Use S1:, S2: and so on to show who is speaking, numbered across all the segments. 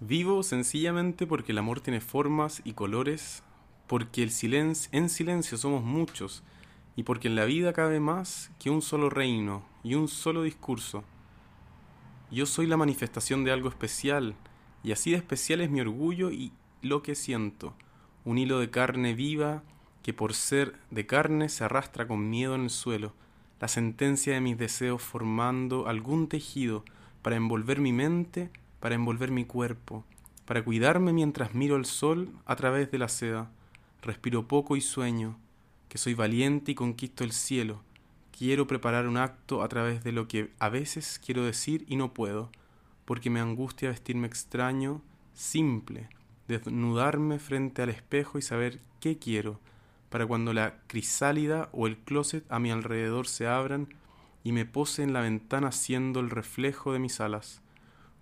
S1: Vivo sencillamente porque el amor tiene formas y colores, porque el silencio, en silencio somos muchos, y porque en la vida cabe más que un solo reino y un solo discurso. Yo soy la manifestación de algo especial, y así de especial es mi orgullo y lo que siento, un hilo de carne viva que por ser de carne se arrastra con miedo en el suelo, la sentencia de mis deseos formando algún tejido para envolver mi mente para envolver mi cuerpo, para cuidarme mientras miro el sol a través de la seda. Respiro poco y sueño, que soy valiente y conquisto el cielo. Quiero preparar un acto a través de lo que a veces quiero decir y no puedo, porque me angustia vestirme extraño, simple, desnudarme frente al espejo y saber qué quiero, para cuando la crisálida o el closet a mi alrededor se abran y me pose en la ventana siendo el reflejo de mis alas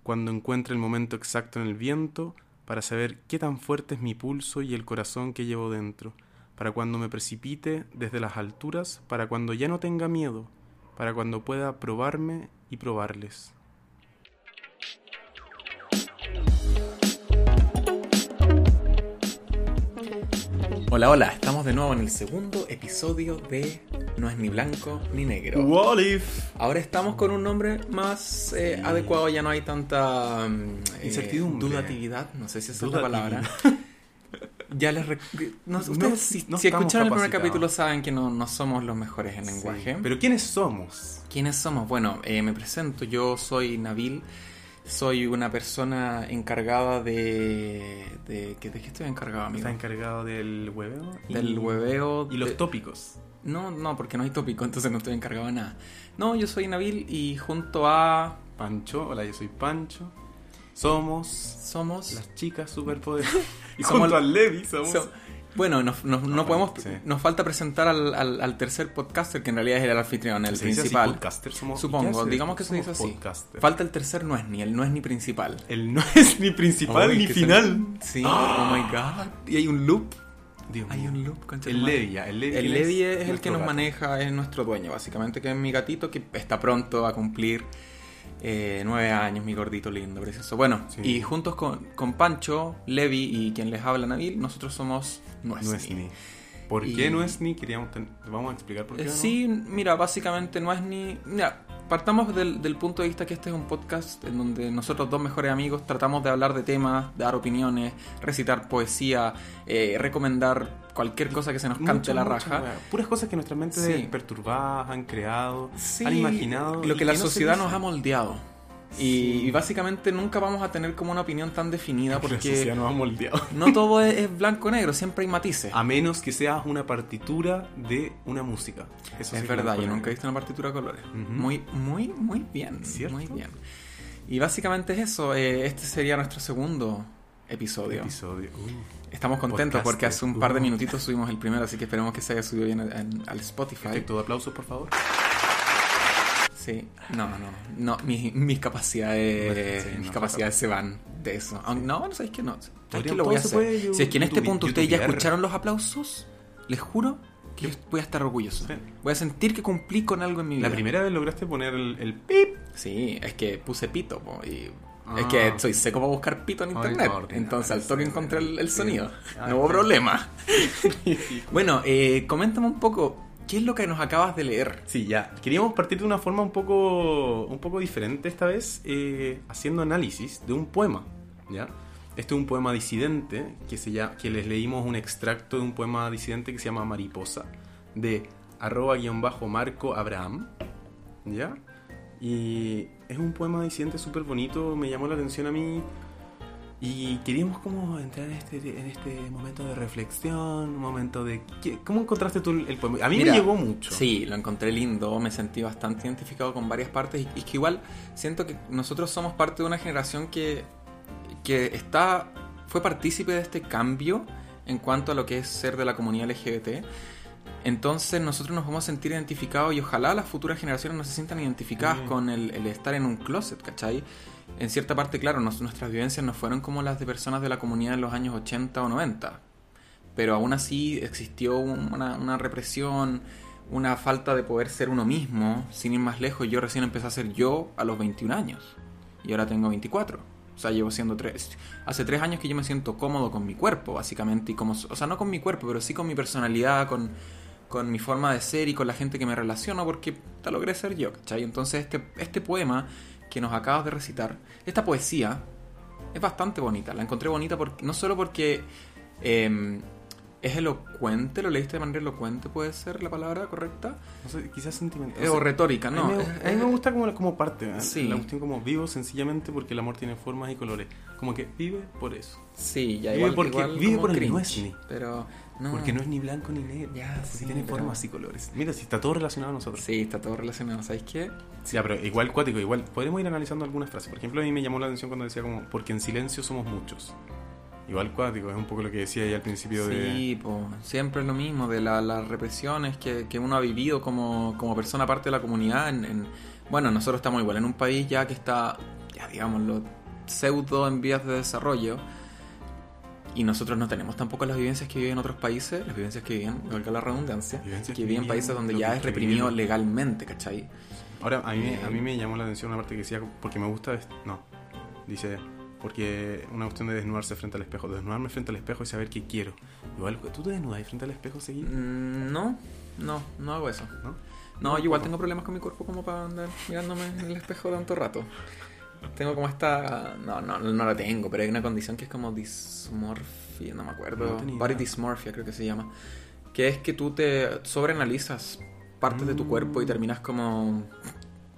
S1: cuando encuentre el momento exacto en el viento para saber qué tan fuerte es mi pulso y el corazón que llevo dentro, para cuando me precipite desde las alturas, para cuando ya no tenga miedo, para cuando pueda probarme y probarles.
S2: Hola, hola, estamos de nuevo en el segundo episodio de No es ni blanco ni negro.
S1: Wolif.
S2: Ahora estamos con un nombre más eh, adecuado, ya no hay tanta mm, eh,
S1: Incertidumbre.
S2: dudatividad, no sé si esa es la
S1: Dudatividad.
S2: palabra. ya les rec- no, ustedes
S1: No, no
S2: si, si
S1: estamos
S2: escucharon el primer
S1: capacitados.
S2: capítulo saben que no, no somos los mejores en lenguaje.
S1: Pero ¿quiénes somos?
S2: ¿Quiénes somos? Bueno, eh, me presento, yo soy Nabil, soy una persona encargada de... de ¿qué- ¿De qué estoy encargado, amigo?
S1: Está encargado del hueveo y-
S2: Del hueveo...
S1: y los
S2: de-
S1: tópicos.
S2: No, no, porque no hay tópico, entonces no estoy encargado de nada. No, yo soy Nabil y junto a
S1: Pancho, hola, yo soy Pancho. Somos
S2: somos...
S1: las chicas superpoderosas. y
S2: Somos-
S1: junto al Levi somos
S2: so- bueno, nos, nos- no
S1: Ajá,
S2: podemos,
S1: Ah, sí.
S2: nos falta presentar al, al- al tercer podcaster, que en realidad era el anfitrión, el
S1: ¿Se dice así,
S2: principal.
S1: podcaster? Somos-
S2: Supongo,
S1: ¿qué hace?
S2: digamos que se
S1: Somos
S2: dice así.
S1: podcaster.
S2: Falta el tercer no es ni, el no es ni principal.
S1: El no es ni principal
S2: Ay,
S1: ni
S2: que
S1: final.
S2: se- Sí, oh my god. Y hay un loop.
S1: Dios
S2: Hay
S1: mío.
S2: un loop, concha tu
S1: El
S2: madre.
S1: Levi, ya, el Levi.
S2: El
S1: es
S2: Levi es el
S1: nuestro
S2: que nos
S1: gato.
S2: maneja, es nuestro dueño, básicamente, que es mi gatito que está pronto a cumplir eh, nueve años, mi gordito lindo, precioso. Bueno,
S1: Sí.
S2: y juntos con, con Pancho, Levi y quien les habla, Nabil, nosotros somos Nuesni.
S1: No es ni. ¿Por
S2: Y-
S1: qué no es ni? Queríamos ten- Vamos a explicar por qué.
S2: Eh,
S1: ¿no?
S2: Sí, mira, básicamente no es ni... Mira, partamos del, del punto de vista que este es un podcast en donde nosotros dos mejores amigos tratamos de hablar de temas, dar opiniones, recitar poesía, eh, recomendar cualquier cosa que se nos
S1: Mucha,
S2: cante la
S1: mucha
S2: raja.
S1: wea. Puras cosas que nuestras mentes
S2: Sí.
S1: perturbadas han creado,
S2: Sí,
S1: han imaginado.
S2: Lo
S1: y
S2: que la
S1: no se
S2: sociedad
S1: dice.
S2: nos ha moldeado. Y, y básicamente nunca vamos a tener como una opinión tan definida
S1: La sociedad
S2: porque
S1: nos ha moldeado.
S2: no todo es, es blanco o negro, siempre hay matices.
S1: A menos que seas una partitura de una música. Eso sí
S2: es
S1: que
S2: verdad,
S1: lo
S2: yo
S1: ponen.
S2: nunca he visto una partitura a colores.
S1: Ujú.
S2: Muy, muy, muy bien.
S1: ¿Cierto?
S2: Muy bien. Y básicamente es eso. eh, este sería nuestro segundo episodio.
S1: Episodio. Uh.
S2: Estamos contentos
S1: Podcaster.
S2: porque hace un par de
S1: Uh.
S2: minutitos subimos el primero, así que esperemos que se haya subido bien en- en- al Spotify.
S1: Efecto de aplausos, por favor.
S2: Sí, no, no, no, mis, mis capacidades,
S1: Sí,
S2: mis
S1: no,
S2: capacidades se van de eso. Aunque- No, no sabéis que no. Es que
S1: Podríamos-
S2: lo
S1: todo
S2: voy a
S1: se
S2: hacer.
S1: puede yo-
S2: si es que en este
S1: youtubi-
S2: punto ustedes ya
S1: youtubear.
S2: escucharon los aplausos, les juro que yo voy a estar orgulloso.
S1: Sí.
S2: Voy a sentir que cumplí con algo en mi vida.
S1: La primera vez lograste poner el, el pip.
S2: Sí, es que puse pito po, y es
S1: Ah.
S2: que soy seco para buscar pito en
S1: Ay,
S2: internet.
S1: ordinario,
S2: entonces al toque
S1: sí,
S2: encontré el, el
S1: sí.
S2: sonido.
S1: Ay,
S2: no hubo
S1: sí.
S2: problema. bueno, eh, coméntame un poco qué es lo que nos acabas de leer.
S1: Sí, ya. Queríamos partir de una forma un poco, un poco diferente esta vez, eh, haciendo análisis de un poema, ¿ya? Este es un poema disidente, que, se llama, que les leímos un extracto de un poema disidente que se llama Mariposa, de arroba guión bajo Marco Abraham, ¿ya? Y es un poema disidente súper bonito, me llamó la atención a mí. Y queríamos como entrar en este, en este momento de reflexión, un momento de... ¿qué- ¿Cómo encontraste tú el el poema? A mí
S2: Mira,
S1: me llegó mucho.
S2: Sí, lo encontré lindo, me sentí bastante identificado con varias partes y, y que igual siento que nosotros somos parte de una generación que, que está, fue partícipe de este cambio en cuanto a lo que es ser de la comunidad LGBT. Entonces nosotros nos vamos a sentir identificados y ojalá las futuras generaciones no se sientan identificadas
S1: Mm.
S2: con el, el estar en un closet, ¿cachai? En cierta parte, claro, nos- nuestras vivencias no fueron como las de personas de la comunidad en los años 80 o 90, pero aún así existió un- una, una represión, una falta de poder ser uno mismo, sin ir más lejos, yo recién empecé a ser yo a los 21 años y ahora tengo 24. O sea, llevo siendo tres. Hace tres años que yo me siento cómodo con mi cuerpo, básicamente. Y como, o sea, no con mi cuerpo, pero sí con mi personalidad, con, con mi forma de ser y con la gente que me relaciono, porque la logré ser yo, ¿cachai? Entonces, este, este poema que nos acabas de recitar, esta poesía, es bastante bonita. La encontré bonita porque, no solo porque. Eh, es elocuente, lo leíste de manera elocuente, puede ser la palabra correcta.
S1: No sé, quizás sentimental.
S2: Eh, o retórica, no. eh.
S1: a mí me, a mí me gusta como, como parte, ¿eh?
S2: Sí.
S1: la cuestión como vivo sencillamente porque el amor tiene formas y colores. Como que vive por eso.
S2: Sí, ya
S1: Vive
S2: igual,
S1: porque-
S2: igual
S1: vive
S2: como
S1: por el
S2: cringe,
S1: Wesley.
S2: Pero no.
S1: Porque no es ni blanco ni negro.
S2: Ya,
S1: si
S2: sí,
S1: tiene
S2: pero-
S1: formas y colores. Mira, si está todo relacionado a nosotros.
S2: Pues Sí, está todo relacionado, ¿sabes qué?
S1: Ya, pero igual cuático, igual. Podremos ir analizando algunas frases. Por ejemplo, a mí me llamó la atención cuando decía como, porque en silencio somos muchos. Igual cuático, es un poco lo que decía ahí al principio de...
S2: Sí, po, siempre es lo mismo, de la- las represiones que, que uno ha vivido como, como persona parte de la comunidad. En, en- bueno, nosotros estamos igual en un país ya que está, ya digámoslo, pseudo en vías de desarrollo. Y nosotros no tenemos tampoco las vivencias que viven otros países, las vivencias que viven, valga la redundancia,
S1: Vivencias
S2: que
S1: que
S2: viven
S1: viven,
S2: países donde
S1: lo
S2: ya
S1: que
S2: es reprimido
S1: escribieron.
S2: legalmente, ¿cachai?
S1: Ahora, a mí, a mí me llamó la atención una parte que decía, porque me gusta... des- No, dice, porque una cuestión de desnudarse frente al espejo. Desnudarme frente al espejo y saber qué quiero. Igual, ¿tú te desnudas frente al espejo seguido?
S2: Mm, No, no, no hago eso.
S1: ¿No?
S2: No, yo igual tengo problemas con mi cuerpo como para andar mirándome en el espejo tanto rato. Tengo como esta... No, no, no la tengo, pero hay una condición que es como dismorfia, no me acuerdo.
S1: No tenía
S2: Body
S1: idea.
S2: dysmorphia creo que se llama. Que es que tú te sobreanalizas partes de tu
S1: Mm.
S2: cuerpo y terminas como...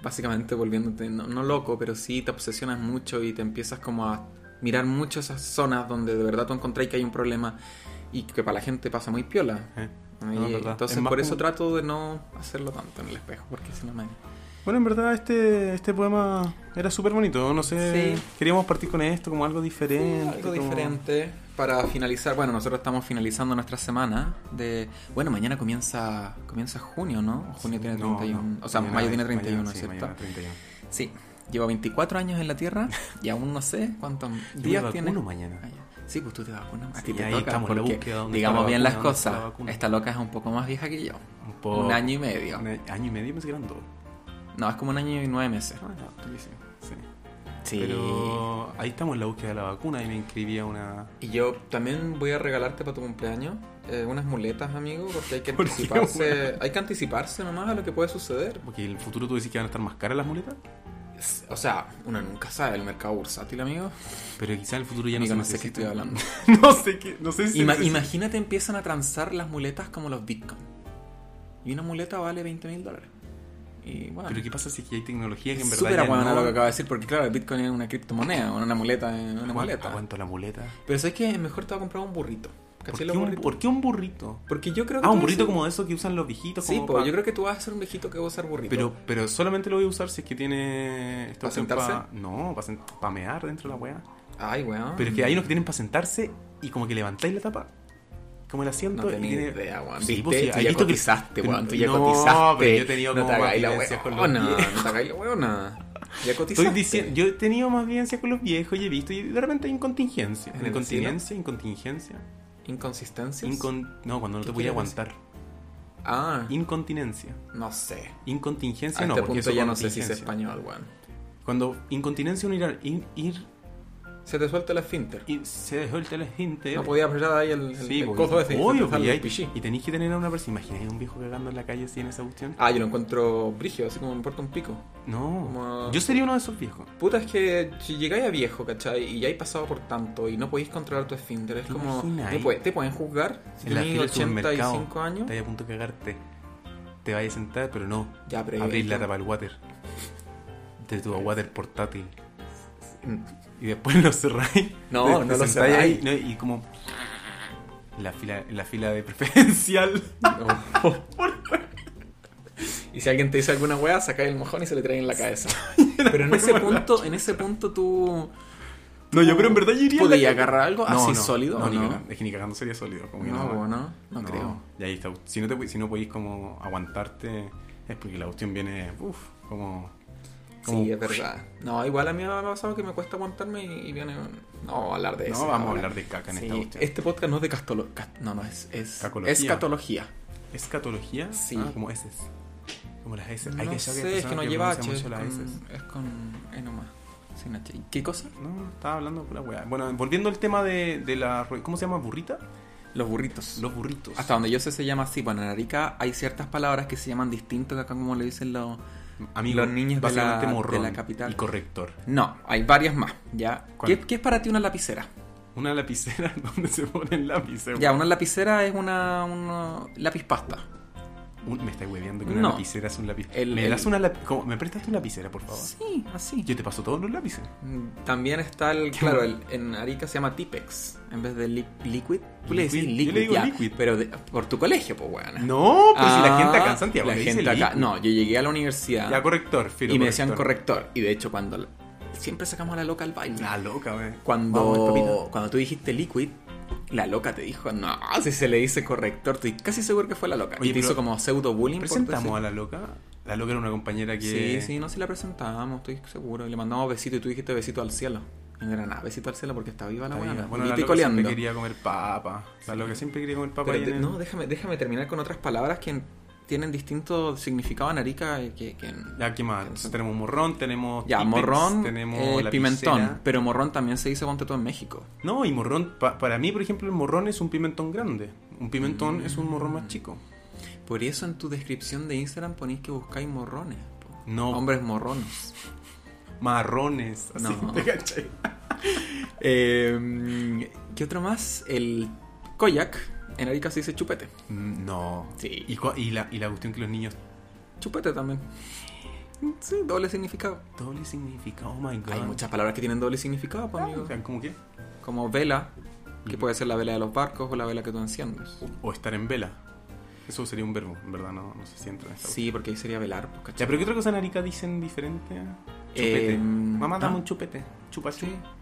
S2: Básicamente volviéndote, no, no loco, pero sí te obsesionas mucho y te empiezas como a mirar mucho esas zonas donde de verdad tú encontrás que hay un problema y que para la gente pasa muy piola.
S1: Eh.
S2: Ahí,
S1: No, es verdad.
S2: entonces
S1: Es más
S2: por eso
S1: como-
S2: trato de no hacerlo tanto en el espejo, porque si no me...
S1: Bueno, en verdad este, este poema era súper bonito, no sé,
S2: Sí.
S1: queríamos partir con esto como algo diferente.
S2: Algo
S1: como-
S2: diferente para finalizar. Bueno, nosotros estamos finalizando nuestra semana de... Bueno, mañana comienza comienza junio, ¿no? O Junio tiene
S1: No,
S2: 31.
S1: no,
S2: o sea,
S1: mañana-
S2: mayo tiene
S1: mañana,
S2: 31,
S1: sí,
S2: ¿cierto?
S1: mañana 31.
S2: Sí. Llevo 24 años en la Tierra y aún no sé cuántos
S1: Yo me
S2: días
S1: vacuno
S2: tiene... Ah,
S1: mañana.
S2: ya. Sí, pues tú te vacunas. A
S1: Sí,
S2: ti te
S1: ahí
S2: toca,
S1: estamos en la
S2: porque
S1: búsqueda, ¿dónde
S2: digamos
S1: está la
S2: bien
S1: vacuna?
S2: las
S1: ¿Dónde está la
S2: cosas.
S1: vacuna? Oh.
S2: Esta loca es un poco más vieja que yo.
S1: Un, poco-
S2: Un año y medio.
S1: un año y medio, pensé que eran dos.
S2: No, es como un año y nueve meses.
S1: Ah, no, durísimo, sí.
S2: Sí.
S1: Pero ahí estamos en la búsqueda de la vacuna y me inscribí a una...
S2: Y yo también voy a regalarte para tu cumpleaños eh, unas muletas, amigo, porque hay que
S1: ¿Por qué,
S2: anticiparse,
S1: weón?
S2: hay que anticiparse nomás a lo que puede suceder.
S1: Porque en el futuro tú decís que van a estar más caras las muletas,
S2: Es- O sea, uno nunca sabe el mercado bursátil, amigo.
S1: pero quizás en el futuro ya no
S2: Amigo,
S1: se
S2: no sé qué
S1: necesitan.
S2: estoy hablando.
S1: no sé qué, no sé si... se
S2: Ima-
S1: necesitan.
S2: imagínate empiezan a transar las muletas como los bitcoins. Y una muleta vale 20 mil dólares. Y bueno,
S1: Pero qué pasa si es que hay tecnología que en
S2: es
S1: verdad
S2: súper
S1: ya
S2: aguanado
S1: no-
S2: lo que acabo de decir, porque claro, el bitcoin es una criptomoneda, una muleta es una muleta.
S1: ¿Aguanto la muleta?
S2: Pero sabes que mejor te va a comprar un burrito.
S1: ¿Por
S2: ¿Cachai
S1: qué,
S2: los
S1: un,
S2: burritos?
S1: por qué un burrito?
S2: Porque yo creo que
S1: Ah, un
S2: tú
S1: burrito
S2: eres-
S1: como de esos que usan los viejitos.
S2: Sí,
S1: como
S2: pues
S1: pa-
S2: yo creo que tú vas a ser un viejito que va a usar burrito.
S1: Pero, pero solamente lo voy a usar si es que tiene... esta
S2: ¿Pa'
S1: opción
S2: sentarse? Ah.
S1: pa- No, para mear dentro de la weá.
S2: Ay, weón.
S1: Pero es que hay unos que tienen para sentarse y como que levantáis la tapa. Como el asiento.
S2: No
S1: y
S2: tenía
S1: tiene-
S2: idea, weón.
S1: Sí,
S2: Viste,
S1: pues, sí,
S2: tú
S1: hay
S2: ya
S1: visto que-
S2: cotizaste,
S1: pero-
S2: weón. Tú ya
S1: no,
S2: cotizaste.
S1: pero yo he tenido
S2: no
S1: como
S2: te hagáis la
S1: confidencias con los
S2: weona. No
S1: viejos.
S2: te hagáis la weona. Ya cotizaste.
S1: Estoy diciendo, yo he tenido más vivencias con los viejos y he visto, y de repente hay incontingencia.
S2: ¿En el
S1: Incontingencia, incontingencia.
S2: Inconsistencias.
S1: incon- no, cuando no
S2: ¿Qué
S1: te podía
S2: quiere decir?
S1: aguantar.
S2: Ah,
S1: Incontinencia.
S2: no sé.
S1: Incontingencia
S2: A
S1: no,
S2: este
S1: porque
S2: punto
S1: eso
S2: ya
S1: es
S2: no sé si es
S1: contingencia.
S2: español, weón.
S1: Cuando incontinencia unir, ir, ir,
S2: Se te suelta la esfínter.
S1: ir- se dejó el telejinte.
S2: No podía apretar ahí el, el,
S1: Sí,
S2: el
S1: porque-
S2: coso ese.
S1: obvio,
S2: se te sale
S1: porque
S2: el
S1: hay-
S2: pichí.
S1: y tenéis que tener a una persona. Imagináis un viejo cagando en la calle así en esa cuestión.
S2: Ah, yo lo encuentro brígido, así como me importa un pico.
S1: No,
S2: Como-
S1: yo sería uno de esos viejos.
S2: Puta, es que si llegáis a viejo, ¿cachai? Y ya hay pasado por tanto y no podéis controlar tu esfínter. Es
S1: ¿Te
S2: como.
S1: imaginas
S2: Te,
S1: ahí?
S2: puede- te pueden juzgar si
S1: en la fila
S2: tenéis
S1: del supermercado,
S2: 85 años.
S1: Estás a punto de cagarte. Te vayas a sentar, pero no.
S2: Ya, pero.
S1: Abrís la tapa del water. Te tu water portátil. Y después lo cerráis.
S2: No,
S1: Te-
S2: no
S1: te
S2: lo
S1: sentáis
S2: cerráis.
S1: ahí, no, y como. en La fila, en la fila de preferencial.
S2: No. y si alguien te dice alguna weá, sacáis el mojón y se le traen en la cabeza. pero en ese punto, en ese punto tú.
S1: No, yo, pero en verdad yo iría. en la
S2: ¿Podías
S1: calle.
S2: agarrar algo
S1: No,
S2: así
S1: no,
S2: sólido?
S1: No,
S2: o
S1: ni
S2: no?
S1: cagando. Es que ni cagando sería sólido. Como que
S2: No,
S1: no,
S2: no, no, creo.
S1: Y ahí está. Si no, te, si no podís como aguantarte, es porque la cuestión viene, uff, como... como-
S2: Sí, es verdad. No, igual a mí me ha pasado que me cuesta aguantarme y, y viene. No, vamos a hablar de
S1: No,
S2: eso.
S1: vamos a hablar de caca en
S2: Sí,
S1: esta cuestión.
S2: Este podcast no es de castolo... cas- No, no, es... Es
S1: Cacología.
S2: escatología.
S1: ¿Escatología?
S2: Sí.
S1: Ah, como heces. Como las heces. Hay
S2: no
S1: que saber
S2: sé, es que
S1: personas
S2: no lleva H. mm.
S1: pronuncian mucho
S2: Es
S1: las heces.
S2: con, es con E nomás. Sí, Nacho. ¿Y ¿Qué cosa?
S1: No, estaba hablando pura weá. Bueno, volviendo al tema de, de la. ru- ¿Cómo se llama? ¿Burrita?
S2: Los burritos.
S1: Los burritos.
S2: Hasta donde yo sé se llama así. Bueno, en Arica hay ciertas palabras que se llaman distinto que acá como le dicen los...
S1: Amigos,
S2: los niños de
S1: básicamente
S2: la- de
S1: morrón
S2: la capital.
S1: Y corrector.
S2: No, hay varias más, ¿ya?
S1: ¿Cuál?
S2: ¿Qué, qué es para ti una lapicera?
S1: Una lapicera donde se pone el lápiz. eh,
S2: Ya, una lapicera es una... una lápiz pasta.
S1: Un- me estás hueveando que una
S2: No.
S1: lapicera es un lápiz.
S2: El-
S1: ¿Me,
S2: el-
S1: das una lap- ¿Cómo? ¿Me prestas tu lapicera, por favor?
S2: Sí, así.
S1: Oh. Yo te paso todos los lápices.
S2: Mm, También está el...
S1: Qué
S2: Claro,
S1: bueno.
S2: el- en Arica se llama Tipex. En vez de li- liquid. Tú le decís
S1: Liquid. Yo
S2: liquid,
S1: le digo
S2: ya,
S1: liquid.
S2: Pero de- por tu colegio, pues, weón.
S1: No, pero si la
S2: Ah,
S1: gente acá en Santiago
S2: la
S1: le
S2: gente
S1: dice
S2: acá.
S1: liquid.
S2: No, yo llegué a la universidad
S1: Ya, corrector, filo,
S2: y me decían corrector. Y de hecho, cuando. la- Siempre sacamos a la loca al baile.
S1: La Ah, loca, wey.
S2: Cuando, cuando tú dijiste liquid, la loca te dijo, no, si se le dice corrector, estoy casi seguro que fue la loca.
S1: Oye,
S2: y te
S1: pero-
S2: hizo como pseudo bullying.
S1: presentamos a la loca. La loca era una compañera que.
S2: Sí, sí, no, si la presentamos, estoy seguro. Y le mandamos besito y tú dijiste besito al cielo. Y no era nada, besito al cielo porque está viva la
S1: Está
S2: buena.
S1: viva. Bueno, la
S2: estoy
S1: loca siempre
S2: coleando.
S1: quería comer papa. La loca siempre quería comer papa.
S2: Pero
S1: ahí
S2: te-
S1: en el-
S2: no, déjame, déjame terminar con otras palabras que tienen distinto significado en Arica que, que en-
S1: Ya, ¿qué más? Entonces, tenemos morrón, tenemos.
S2: Ya,
S1: típex,
S2: morrón,
S1: tenemos
S2: eh,
S1: lapicera.
S2: pimentón. Pero morrón también se dice ponte tú en México.
S1: No, y morrón, pa- para mí, por ejemplo, el morrón es un pimentón grande. Un pimentón es un morrón más chico.
S2: Por eso en tu descripción de Instagram ponéis que buscáis morrones. po.
S1: No.
S2: Hombres morrones.
S1: Marrones, así,
S2: No.
S1: ¿te cachai?
S2: Eh, ¿Qué otro más? El koyak. En Arica se dice chupete.
S1: Mm, No.
S2: Sí.
S1: ¿Y, cua- y la, y la cuestión que los niños.
S2: Chupete también. Sí, doble significado.
S1: Doble significado, oh my god.
S2: Hay muchas palabras que tienen doble significado, pues,
S1: Ah,
S2: amigo.
S1: o sea, ¿Cómo qué?
S2: Como vela, que
S1: Ujú.
S2: puede ser la vela de los barcos o la vela que tú enciendes.
S1: O estar en vela. Eso sería un verbo, en verdad, no, no sé si entra en esta.
S2: Sí, porque ahí sería velar, pues,
S1: Ya,
S2: ¿cachai?
S1: pero ¿qué otra cosa en Arica dicen diferente? Chupete.
S2: Eh,
S1: Mamá, dame
S2: ah.
S1: un chupete. Chupa
S2: Sí.
S1: chupa.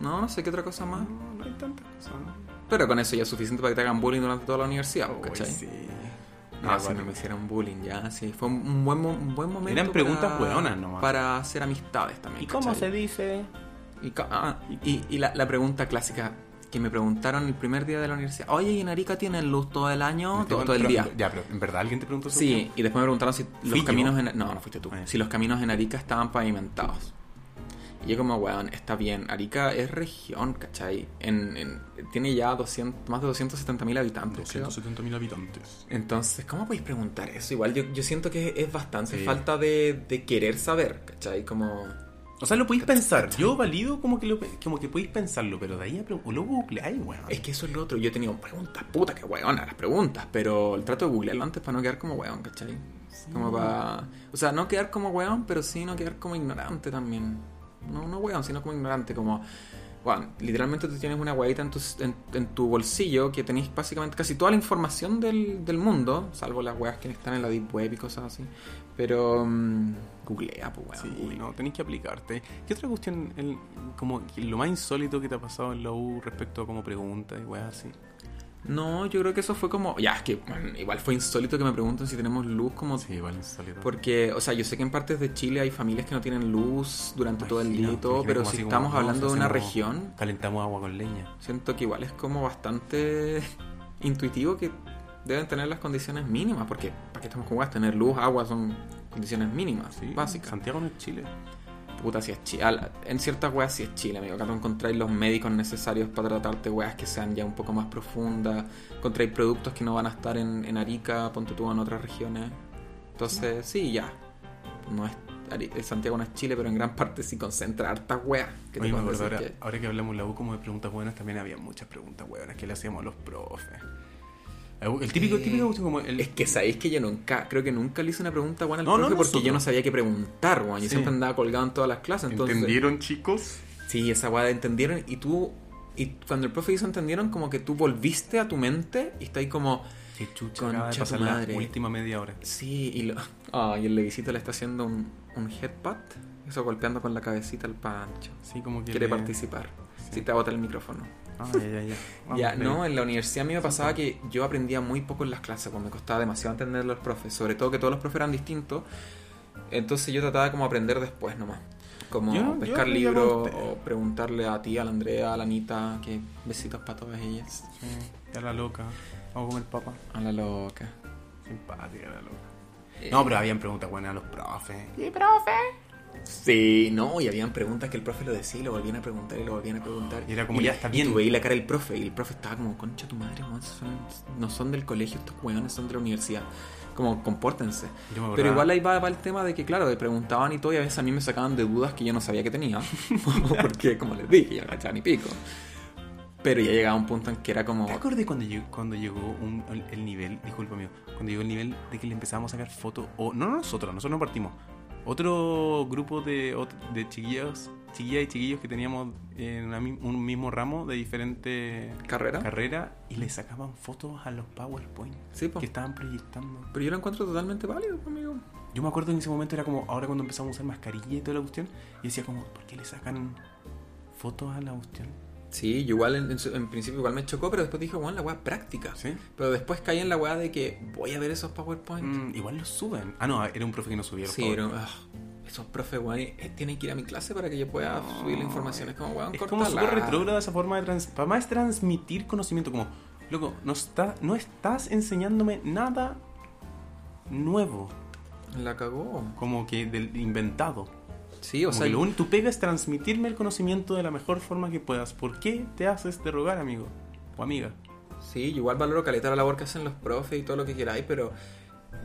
S2: No, no sé qué otra cosa más.
S1: No, no hay tanta cosa. ¿no?
S2: Pero con eso ya es suficiente para que te hagan bullying durante toda la universidad, pues,
S1: Uy,
S2: ¿cachai?
S1: sí.
S2: No,
S1: Ya,
S2: si
S1: bueno.
S2: no me hicieron bullying, ya, sí. Fue un- un buen, mo- un buen momento.
S1: Eran preguntas hueonas nomás.
S2: Para hacer amistades también.
S1: ¿Y cómo se
S2: ¿cachai?
S1: dice?
S2: Y, ca- ah, y- y la, la pregunta clásica que me preguntaron el primer día de la universidad: Oye, ¿y en Arica tienen luz todo el año? Todo, todo el día.
S1: Ya, pero ¿en verdad alguien te preguntó eso?
S2: Sí, y después me preguntaron si los
S1: Fui yo.
S2: caminos en. No, no fuiste tú.
S1: Eh.
S2: Si los caminos en Arica estaban pavimentados. Y yo, como, weón, está bien. Arica es región, ¿cachai? En, en- tiene ya 200, más de 270.000 habitantes. creo.
S1: 270.000 habitantes.
S2: Entonces, ¿cómo podéis preguntar eso? Igual yo, yo siento que es bastante
S1: Sí.
S2: falta de, de querer saber, ¿cachai? Como...
S1: O sea, lo podéis pensar. Yo valido como que lo, como que podéis pensarlo, pero de ahí a pre- o lo googleáis, weón.
S2: Es que eso es lo otro. Yo he tenido preguntas, puta, que weona, las preguntas, pero trato de googlearlo antes para no quedar como weón, ¿cachai? Como para... O sea, no quedar como weón, pero sí no quedar como ignorante también. No, no weón, sino como ignorante, como... Bueno, literalmente tú tienes una guayita en tu, en, en tu bolsillo que tenéis básicamente casi toda la información del, del mundo, salvo las weas que están en la deep web y cosas así. Pero... mm, googlea, pues weón.
S1: Sí,
S2: googlea.
S1: no, tenéis que aplicarte. ¿Qué otra cuestión, el- como que lo más insólito que te ha pasado en la U respecto a como preguntas y weas así?
S2: No, yo creo que eso fue como. Ya, es que bueno, igual fue insólito que me pregunten si tenemos luz como.
S1: Sí, igual insólito.
S2: Porque, o sea, yo sé que en partes de Chile hay familias que no tienen luz durante todo el día y todo, pero si estamos hablando de una región,
S1: Calentamos agua con leña.
S2: siento que igual es como bastante intuitivo que deben tener las condiciones mínimas, porque ¿para qué estamos con weas? Tener luz, agua son condiciones mínimas,
S1: Sí,
S2: básicas.
S1: Santiago no es Chile.
S2: Puta, si es Chile. En ciertas weas sí es Chile, amigo. Acá tú encontráis los médicos necesarios para tratarte weas que sean ya un poco más profundas. Encontráis productos que no van a estar en, en Arica, ponte tú en otras regiones. Entonces, sí, ya. No es, Ari- eh, Santiago no es Chile, pero en gran parte sí concentra hartas weas. Que te
S1: Oye, me
S2: puedo
S1: acuerdo
S2: decir
S1: ahora,
S2: que-
S1: ahora que hablamos en la U como de preguntas buenas, también había muchas preguntas buenas que le hacíamos a los profes. El típico,
S2: Eh,
S1: típico cuestión como el...
S2: Es que sabéis que yo nunca, creo que nunca le hice una pregunta buena al
S1: No, no,
S2: profe porque
S1: nosotros.
S2: yo no sabía qué preguntar, weón. Yo
S1: Sí.
S2: siempre andaba colgado en todas las clases. Entonces,
S1: chicos?
S2: Sí, esa weá de entendieron y tú... Y cuando el profe hizo entendieron, como que tú volviste a tu mente y está ahí como...
S1: Qué chucha
S2: Concha
S1: acaba de
S2: tu
S1: pasar la
S2: madre.
S1: última media hora.
S2: Sí, y lo... Ah, y el Levisito le está haciendo un, un headbutt. Eso golpeando con la cabecita al pancho.
S1: Sí, como que...
S2: Quiere
S1: le-
S2: participar.
S1: Sí.
S2: Si te agota el micrófono.
S1: Ah, ya, ya, ya. Vamos,
S2: ya,
S1: dale.
S2: no, en la universidad a mí me pasaba que yo aprendía muy poco en las clases, pues me costaba demasiado entender a los profes, sobre todo que todos los profes eran distintos, entonces yo trataba de como aprender después nomás, como
S1: Yo- yo
S2: pescar
S1: aprendía con
S2: libros
S1: ustedes.
S2: o preguntarle a ti, a la Andrea, a la Anita, que besitos para todas ellas,
S1: Sí, ya la loca. Vamos a comer papa.
S2: a la loca.
S1: Simpática la loca.
S2: Eh,
S1: No, pero habían preguntas buenas a los profes.
S3: Sí, profe.
S2: Sí, no, y habían preguntas que el profe lo decía y lo volvían a preguntar y lo volvían a preguntar.
S1: Y era como,
S2: y,
S1: ya está
S2: Y tú
S1: bien.
S2: veías la cara del profe y el profe estaba como, concha tu madre, weón, son- no son del colegio estos weones, son de la universidad. Como, compórtense.
S1: Yo me acordaba-
S2: Pero igual ahí va, va el tema de que, claro, me preguntaban y todo, y a veces a mí me sacaban de dudas que yo no sabía que tenía. Porque, como les dije, yo no cachaba ni pico. Pero ya llegaba un punto en que era como.
S1: ¿Te acordé cuando llegó, cuando llegó un- el, el nivel, disculpa mío, cuando llegó el nivel de que le empezábamos a sacar fotos, o no no nosotros, nosotros no partimos, otro grupo de, ot- de chiquillos, chiquillas y chiquillos que teníamos en una mi- un mismo ramo de diferente
S2: ¿Carrera?
S1: carrera y le sacaban fotos a los PowerPoint
S2: Sí, po.
S1: que estaban proyectando.
S2: Pero yo lo encuentro totalmente válido, amigo.
S1: Yo me acuerdo que en ese momento era como, ahora cuando empezamos a usar mascarilla y toda la cuestión, y decía como, ¿por qué le sacan fotos a la cuestión?
S2: Sí, yo igual en, en su- en principio igual me chocó, pero después dije, bueno, la weá práctica.
S1: ¿Sí?
S2: Pero después caí en la weá de que voy a ver esos PowerPoint.
S1: Mm, igual los suben. Ah, no, era un profe que no subía los
S2: sí, pero, ah, esos profes, weón, eh, tienen que ir a mi clase para que yo pueda subir la información. Es como, weón,
S1: Es como
S2: córtala.
S1: súper retrógrada esa forma de trans... Para más transmitir conocimiento, como, loco, no, está, no estás enseñándome nada nuevo,
S2: La cagó.
S1: como que del inventado.
S2: Sí, o
S1: Como
S2: sea,
S1: que lo único- tu pega es transmitirme el conocimiento de la mejor forma que puedas. ¿Por qué te haces de rogar, amigo o amiga?
S2: Sí, yo igual valoro caleta la labor que hacen los profes y todo lo que queráis, pero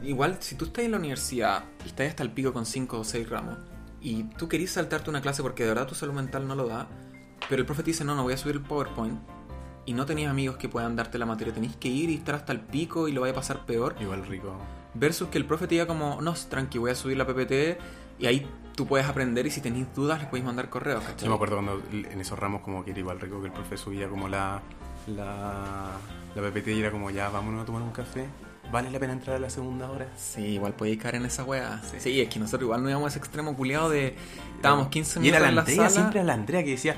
S2: igual si tú estás en la universidad y estás hasta el pico con 5 o 6 ramos y tú querís saltarte una clase porque de verdad tu salud mental no lo da, pero el profe te dice, no, no voy a subir el PowerPoint y no tenías amigos que puedan darte la materia, tenéis que ir y estar hasta el pico y lo vaya a pasar peor,
S1: Igual rico.
S2: versus que el profe te diga como, no, tranqui, voy a subir la PPT y ahí tú puedes aprender y si tenéis dudas les podéis mandar correos, ¿cachai?
S1: Yo me acuerdo cuando en esos ramos como que era igual rico que el profe subía como la... la... la PPT y era como, ya, vámonos a tomar un café. ¿Vale la pena entrar a la segunda hora?
S2: Sí, igual podéis caer en esa weá. Sí. es que nosotros igual no íbamos a ese extremo culiado de. Estábamos 15
S1: Y
S2: minutos
S1: era la
S2: en la
S1: Andrea,
S2: sala.
S1: siempre era la Andrea que decía,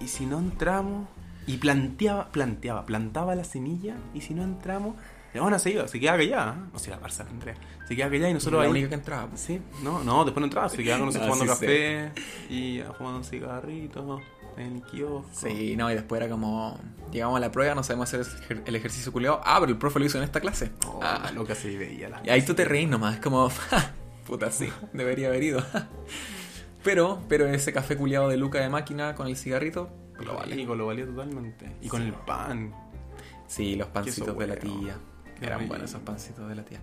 S1: ¿y si no entramos? Y planteaba, planteaba, plantaba la semilla, y si no entramos, la bueno, se iba, se quedaba callada, ¿eh? no sé, la Barça, la Andrea, se quedaba callada y nosotros
S2: la
S1: ahí...
S2: única que entraba. pues.
S1: Sí, no, no, después no entraba, se quedaba con nosotros
S2: No,
S1: jugando
S2: Ah, sí
S1: café y jugando un cigarrito en el kiosco.
S2: Sí, no, y después era como. Llegamos a la prueba, no sabemos hacer el ejer- el ejercicio culiado. Ah, pero el profe lo hizo en esta clase.
S1: Oh,
S2: Ah.
S1: la loca se veía. la-
S2: Y ahí tú te reís nomás, es como. "Ja, Puta, sí, debería haber ido. pero, pero ese café culiado de Luca de máquina con el cigarrito, pues lo vale.
S1: Rico, pues, lo valía totalmente. Y con
S2: Sí.
S1: el pan.
S2: Sí, los pancitos de la
S1: bueno.
S2: tía.
S1: Qué
S2: Eran
S1: rico.
S2: buenos esos pancitos de la tía.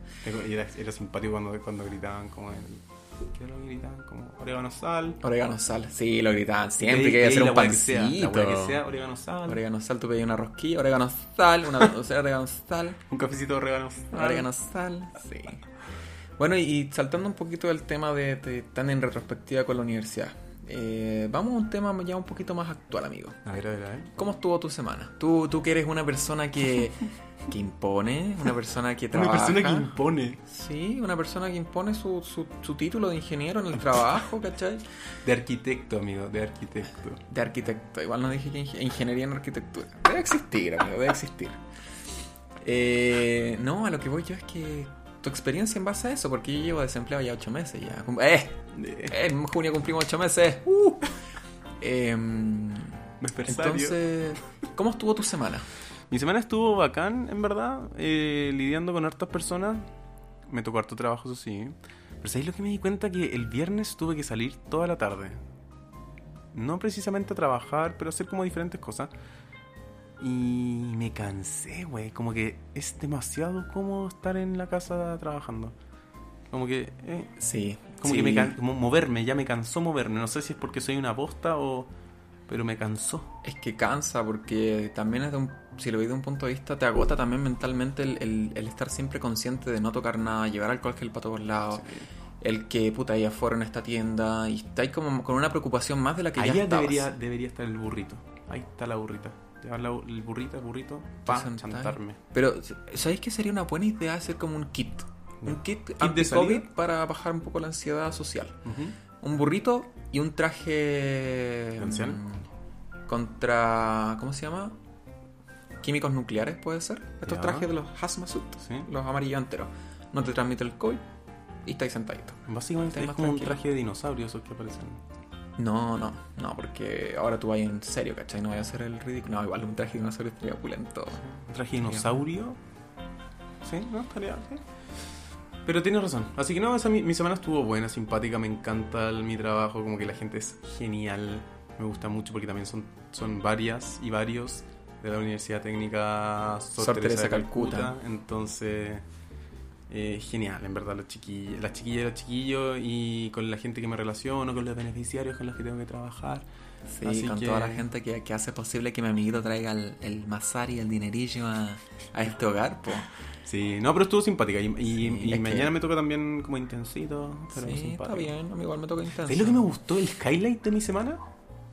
S1: Y Era, era simpático cuando, cuando gritaban como el... ¿Qué era lo que gritaban? Como orégano sal.
S2: Orégano sal, sí, lo gritaban siempre
S1: Pedí-
S2: que iba a
S1: pedí
S2: hacer
S1: la
S2: un
S1: hueá que sea, la
S2: pancito.
S1: hueá que sea, orégano sal.
S2: Orégano sal, tú pedí una rosquilla, orégano sal, una docena de orégano sal,
S1: Un cafecito de orégano sal.
S2: orégano sal, sí. Bueno, y, y saltando un poquito del tema de, de- tan en retrospectiva con la universidad, eh, vamos a un tema ya un poquito más actual, amigo.
S1: A ver, a ver, a ver.
S2: ¿Cómo estuvo tu semana? Tú, tú que eres una persona que, que impone, una persona que
S1: Una
S2: trabaja.
S1: persona que impone.
S2: Sí, una persona que impone su, su, su título de ingeniero en el trabajo, ¿cachai?
S1: De arquitecto, amigo, de arquitecto.
S2: De arquitecto, igual no dije que inge- ingeniería en arquitectura. Debe existir, amigo, debe existir. Eh, no, a lo que voy yo es que tu experiencia en base a eso, porque yo llevo desempleado ya ocho meses. ya cum- ¡Eh!
S1: De...
S2: En junio cumplimos ocho meses. ¡Uh! Em,
S1: Empresario.
S2: entonces, ¿cómo estuvo tu semana?
S1: Mi semana estuvo bacán, en verdad, eh, lidiando con hartas personas. Me tocó harto trabajo, eso sí. Pero ¿sabéis lo que me di cuenta? Que el viernes tuve que salir toda la tarde. No precisamente a trabajar, pero a hacer como diferentes cosas. Y me cansé, güey. Como que es demasiado cómodo estar en la casa trabajando. Como que... eh,
S2: Sí,
S1: Como que me can- como moverme, ya me cansó moverme. No sé si es porque soy una bosta o. Pero me cansó.
S2: Es que cansa, porque también es de un- si lo veis de un punto de vista, te agota también mentalmente el, el- el estar siempre consciente de no tocar nada, llevar alcohol gel para todos lados. El que, puta, ahí afuera en esta tienda. Y estáis como con una preocupación más de la que
S1: Ahí
S2: ya estabas.
S1: debería, debería estar el burrito. Ahí está la burrita. Llevar la, el burrito, el burrito, para
S2: sentáis.
S1: chantarme.
S2: Pero, ¿sabéis que sería una buena idea hacer como un kit? Un kit, anti-COVID
S1: salida?
S2: para bajar un poco la ansiedad social. Un burrito y un traje...
S1: ¿De anciano?
S2: mm, Contra... ¿Cómo se llama? Químicos nucleares, puede ser. Estos
S1: Ya.
S2: trajes de los hazmat suit,
S1: Sí.
S2: los amarillos enteros. No te transmite el COVID y estáis sentaditos.
S1: Básicamente
S2: Estáis
S1: es
S2: más
S1: como un
S2: tranquilo.
S1: traje de dinosaurio esos que aparecen.
S2: No, no, no, porque ahora tú vas en serio, ¿cachai? No voy a hacer el ridículo. No, igual un traje de dinosaurio estaría opulento.
S1: Un traje de dinosaurio. Sí, no, estaría. sí. Pero tienes razón. Así que no, esa, mi, mi semana estuvo buena, simpática, me encanta el- mi trabajo, como que la gente es genial. Me gusta mucho porque también son, son varias y varios de la Universidad Técnica Sor, Teresa de Calcuta. Entonces, eh, genial, en verdad, los chiquillos, las chiquillas y los chiquillos y con la gente que me relaciono, con los beneficiarios con los que tengo que trabajar.
S3: Sí,
S1: Así
S3: con
S1: que-
S3: toda la gente que, que hace posible que mi amiguito traiga el, el mazari, el dinerillo a, a este hogar, po.
S1: Sí, no, pero estuvo simpática. Y, y-
S3: Sí,
S1: y
S3: es que-
S1: mañana me toca también como intensito, pero
S3: sí,
S1: simpático.
S3: está bien, a mí igual me toca intenso.
S1: ¿Sabes lo que me gustó? El highlight de mi semana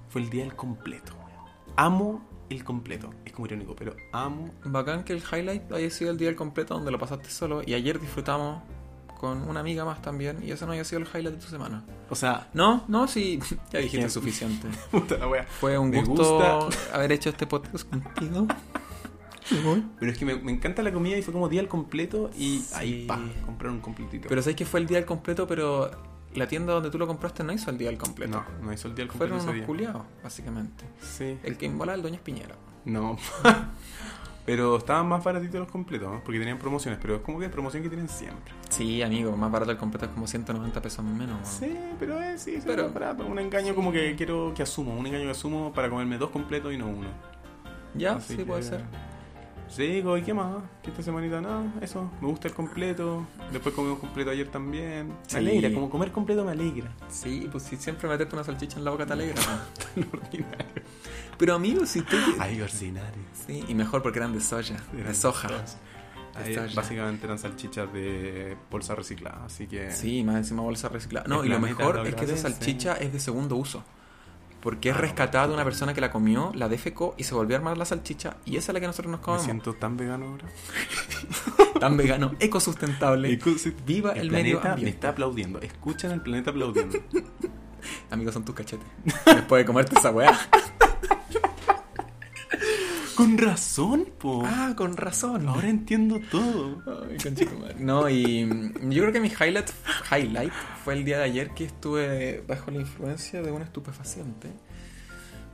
S1: fue el día del completo. Amo el completo. Es como irónico, pero amo.
S2: Bacán que el highlight haya sido el día del completo donde lo pasaste solo y ayer disfrutamos con una amiga más también y eso no haya sido el highlight de tu semana.
S1: O sea,
S2: No, no, sí, ya dijiste
S1: Bien.
S2: suficiente.
S1: puta la wea.
S2: Fue un
S1: Me
S2: gusto haber hecho este podcast contigo. Me voy.
S1: Pero es que me, me encanta la comida y fue como día del completo y
S2: Sí.
S1: ahí pa, comprar un completito.
S2: Pero sabes que fue el día del completo, pero la tienda donde tú lo compraste no hizo el día del completo.
S1: no, no hizo el día del completo
S2: Fueron
S1: ese
S2: unos Eh.
S1: día.
S2: culiados, básicamente.
S1: Sí.
S2: El que invola el dueño es Piñera.
S1: No. pero estaban más baratitos los completos, ¿no? porque tenían promociones, pero es como que promoción que tienen siempre.
S2: Sí, amigo, más barato el completo es como 190 pesos menos. weón.
S1: Sí, pero es sí, sí,
S2: Pero-
S1: es barato. Un engaño como que quiero que asumo, un engaño que asumo para comerme dos completos y no uno.
S2: Ya,
S1: Así
S2: sí,
S1: que-
S2: puede ser.
S1: Sí, como, ¿y qué más? Que esta semanita nada, eso, me gusta el completo. Después comimos completo ayer también. Me
S2: Sí.
S1: alegra, como comer completo me alegra.
S2: Sí, pues si siempre meterte una salchicha en la boca te alegra. Pero amigo, si tú...
S1: Ay, ordinarios.
S2: Sí, y mejor porque eran de soya, de soja.
S1: Ahí,
S2: Está ya.
S1: básicamente eran salchichas de bolsa reciclada, así que.
S2: Sí, más encima bolsa reciclada. No,
S1: El
S2: y lo
S1: planeta
S2: mejor
S1: lo
S2: es que esa
S1: agradece.
S2: salchicha es de segundo uso. Porque es rescatada de una persona que la comió, la defecó y se volvió a armar la salchicha. Y esa es la que nosotros nos
S1: Me
S2: comemos.
S1: siento tan vegano ahora.
S2: Tan vegano, ecosustentable. Viva el, medio
S1: planeta me
S2: ambiente.
S1: está aplaudiendo. Escuchan al planeta aplaudiendo.
S2: Amigos, son tus cachetes. Después de comerte esa weá.
S1: Con razón, po.
S2: Ah, con razón.
S1: Ahora entiendo todo.
S2: Ay, concha tu madre. No, y mm, yo creo que mi highlight, highlight fue el día de ayer que estuve bajo la influencia de un estupefaciente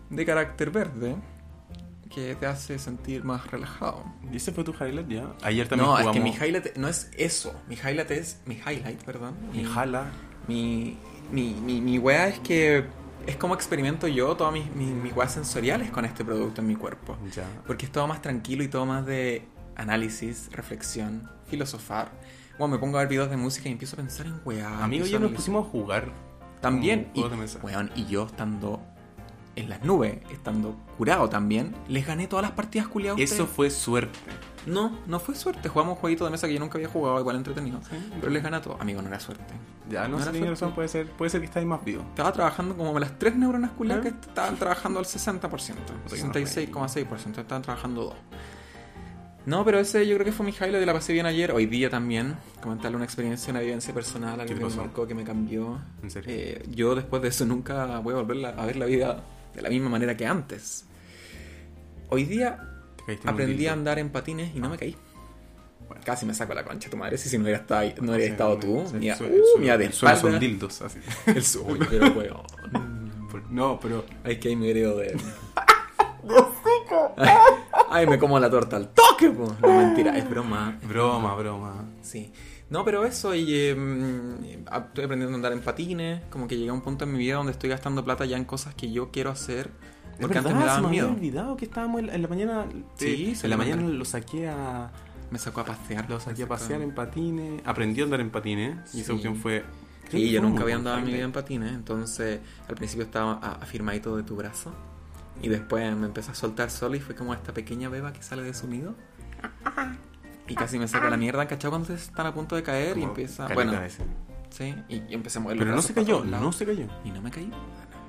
S2: de carácter verde que te hace sentir más relajado.
S1: ¿Y ese fue tu highlight ya? Ayer también
S2: No, es
S1: jugamos.
S2: que mi highlight no es eso. Mi highlight es. Mi highlight, perdón.
S1: Mi jala.
S2: Mi, mi, mi, mi wea es que es como experimento yo todas mis, mis, mis weas sensoriales con este producto en mi cuerpo.
S1: Ya.
S2: Porque es todo más tranquilo y todo más de análisis, reflexión, filosofar. Bueno, me pongo a ver videos de música y empiezo a pensar en weá.
S1: Amigo,
S2: empiezo
S1: ya
S2: a
S1: nos
S2: analizar.
S1: pusimos a jugar.
S2: También.
S1: como
S2: Y,
S1: juegos de mesa.
S2: weón, y yo estando en las nubes, estando curado también, les gané todas las partidas culiadas. a
S1: Eso
S2: ustedes.
S1: fue suerte.
S2: No, no fue suerte. Jugamos un jueguito de mesa que yo nunca había jugado, igual entretenido. Pero les gané a todos. Amigo, no era suerte.
S1: Ya, no,
S2: No
S1: sé,
S2: era
S1: tiene
S2: suerte.
S1: razón, puede ser, puede ser que estáis más vivo.
S2: Estaba trabajando como las tres neuronas culiadas
S1: ¿Eh?
S2: que estaban trabajando al 60%.
S1: que no
S2: 66,6%. Estaban trabajando dos. No, pero ese yo creo que fue mi highlight. La pasé bien ayer. Hoy día también. Comentarle una experiencia, una vivencia personal. Algo
S1: ¿Qué te
S2: que me
S1: pasó?
S2: marcó, que me cambió.
S1: En serio.
S2: Eh, yo después de eso nunca voy a volver la- a ver la vida de la misma manera que antes. Hoy día
S1: Te caíste en un
S2: aprendí a
S1: dildo.
S2: andar en patines y no me caí.
S1: Bueno.
S2: Casi me saco la concha tu madre si, si no hubieras estado, ahí- no
S1: Sí,
S2: hubieras estado tú.
S1: sí,
S2: mira,
S1: el suelo- el
S2: uh,
S1: suelo-
S2: mira de
S1: el suelo son
S2: espalda.
S1: dildos, así.
S2: El suelo, pero weón.
S1: Por- No, pero.
S2: Ay, que ahí me heredo de él. Ay, ay, me como la torta al toque, po. No, mentira, es broma.
S1: Broma, broma.
S2: Sí. No, pero eso, y eh, mm, a- estoy aprendiendo a andar en patines. Como que llegué a un punto en mi vida donde estoy gastando plata ya en cosas que yo quiero hacer. Porque antes me daban miedo.
S1: olvidado que estábamos en la, en la mañana.
S2: Sí,
S1: eh,
S2: se
S1: en la
S2: me
S1: mañana
S2: olvidó.
S1: lo saqué a.
S2: Me sacó a pasear.
S1: Lo saqué a
S2: Exacto.
S1: pasear en patines. Aprendió a andar en patines. Y
S2: Sí.
S1: esa opción fue. creo
S2: Sí,
S1: que
S2: yo
S1: fue un
S2: nunca había
S1: buen
S2: andado en mi vida en
S1: highlight.
S2: patines. Entonces, al principio estaba a- afirmadito de tu brazo. Y después me empecé a soltar solo y fue como esta pequeña beba que sale de su nido. Y casi me saca la mierda, ¿cachai? Cuando están a punto de caer y
S1: Como
S2: empieza...
S1: caleta
S2: Bueno,
S1: de veces.
S2: sí, y, y empecé a mover los
S1: Pero no
S2: brazos
S1: se
S2: para
S1: cayó,
S2: todos lados.
S1: no se cayó.
S2: Y no me caí.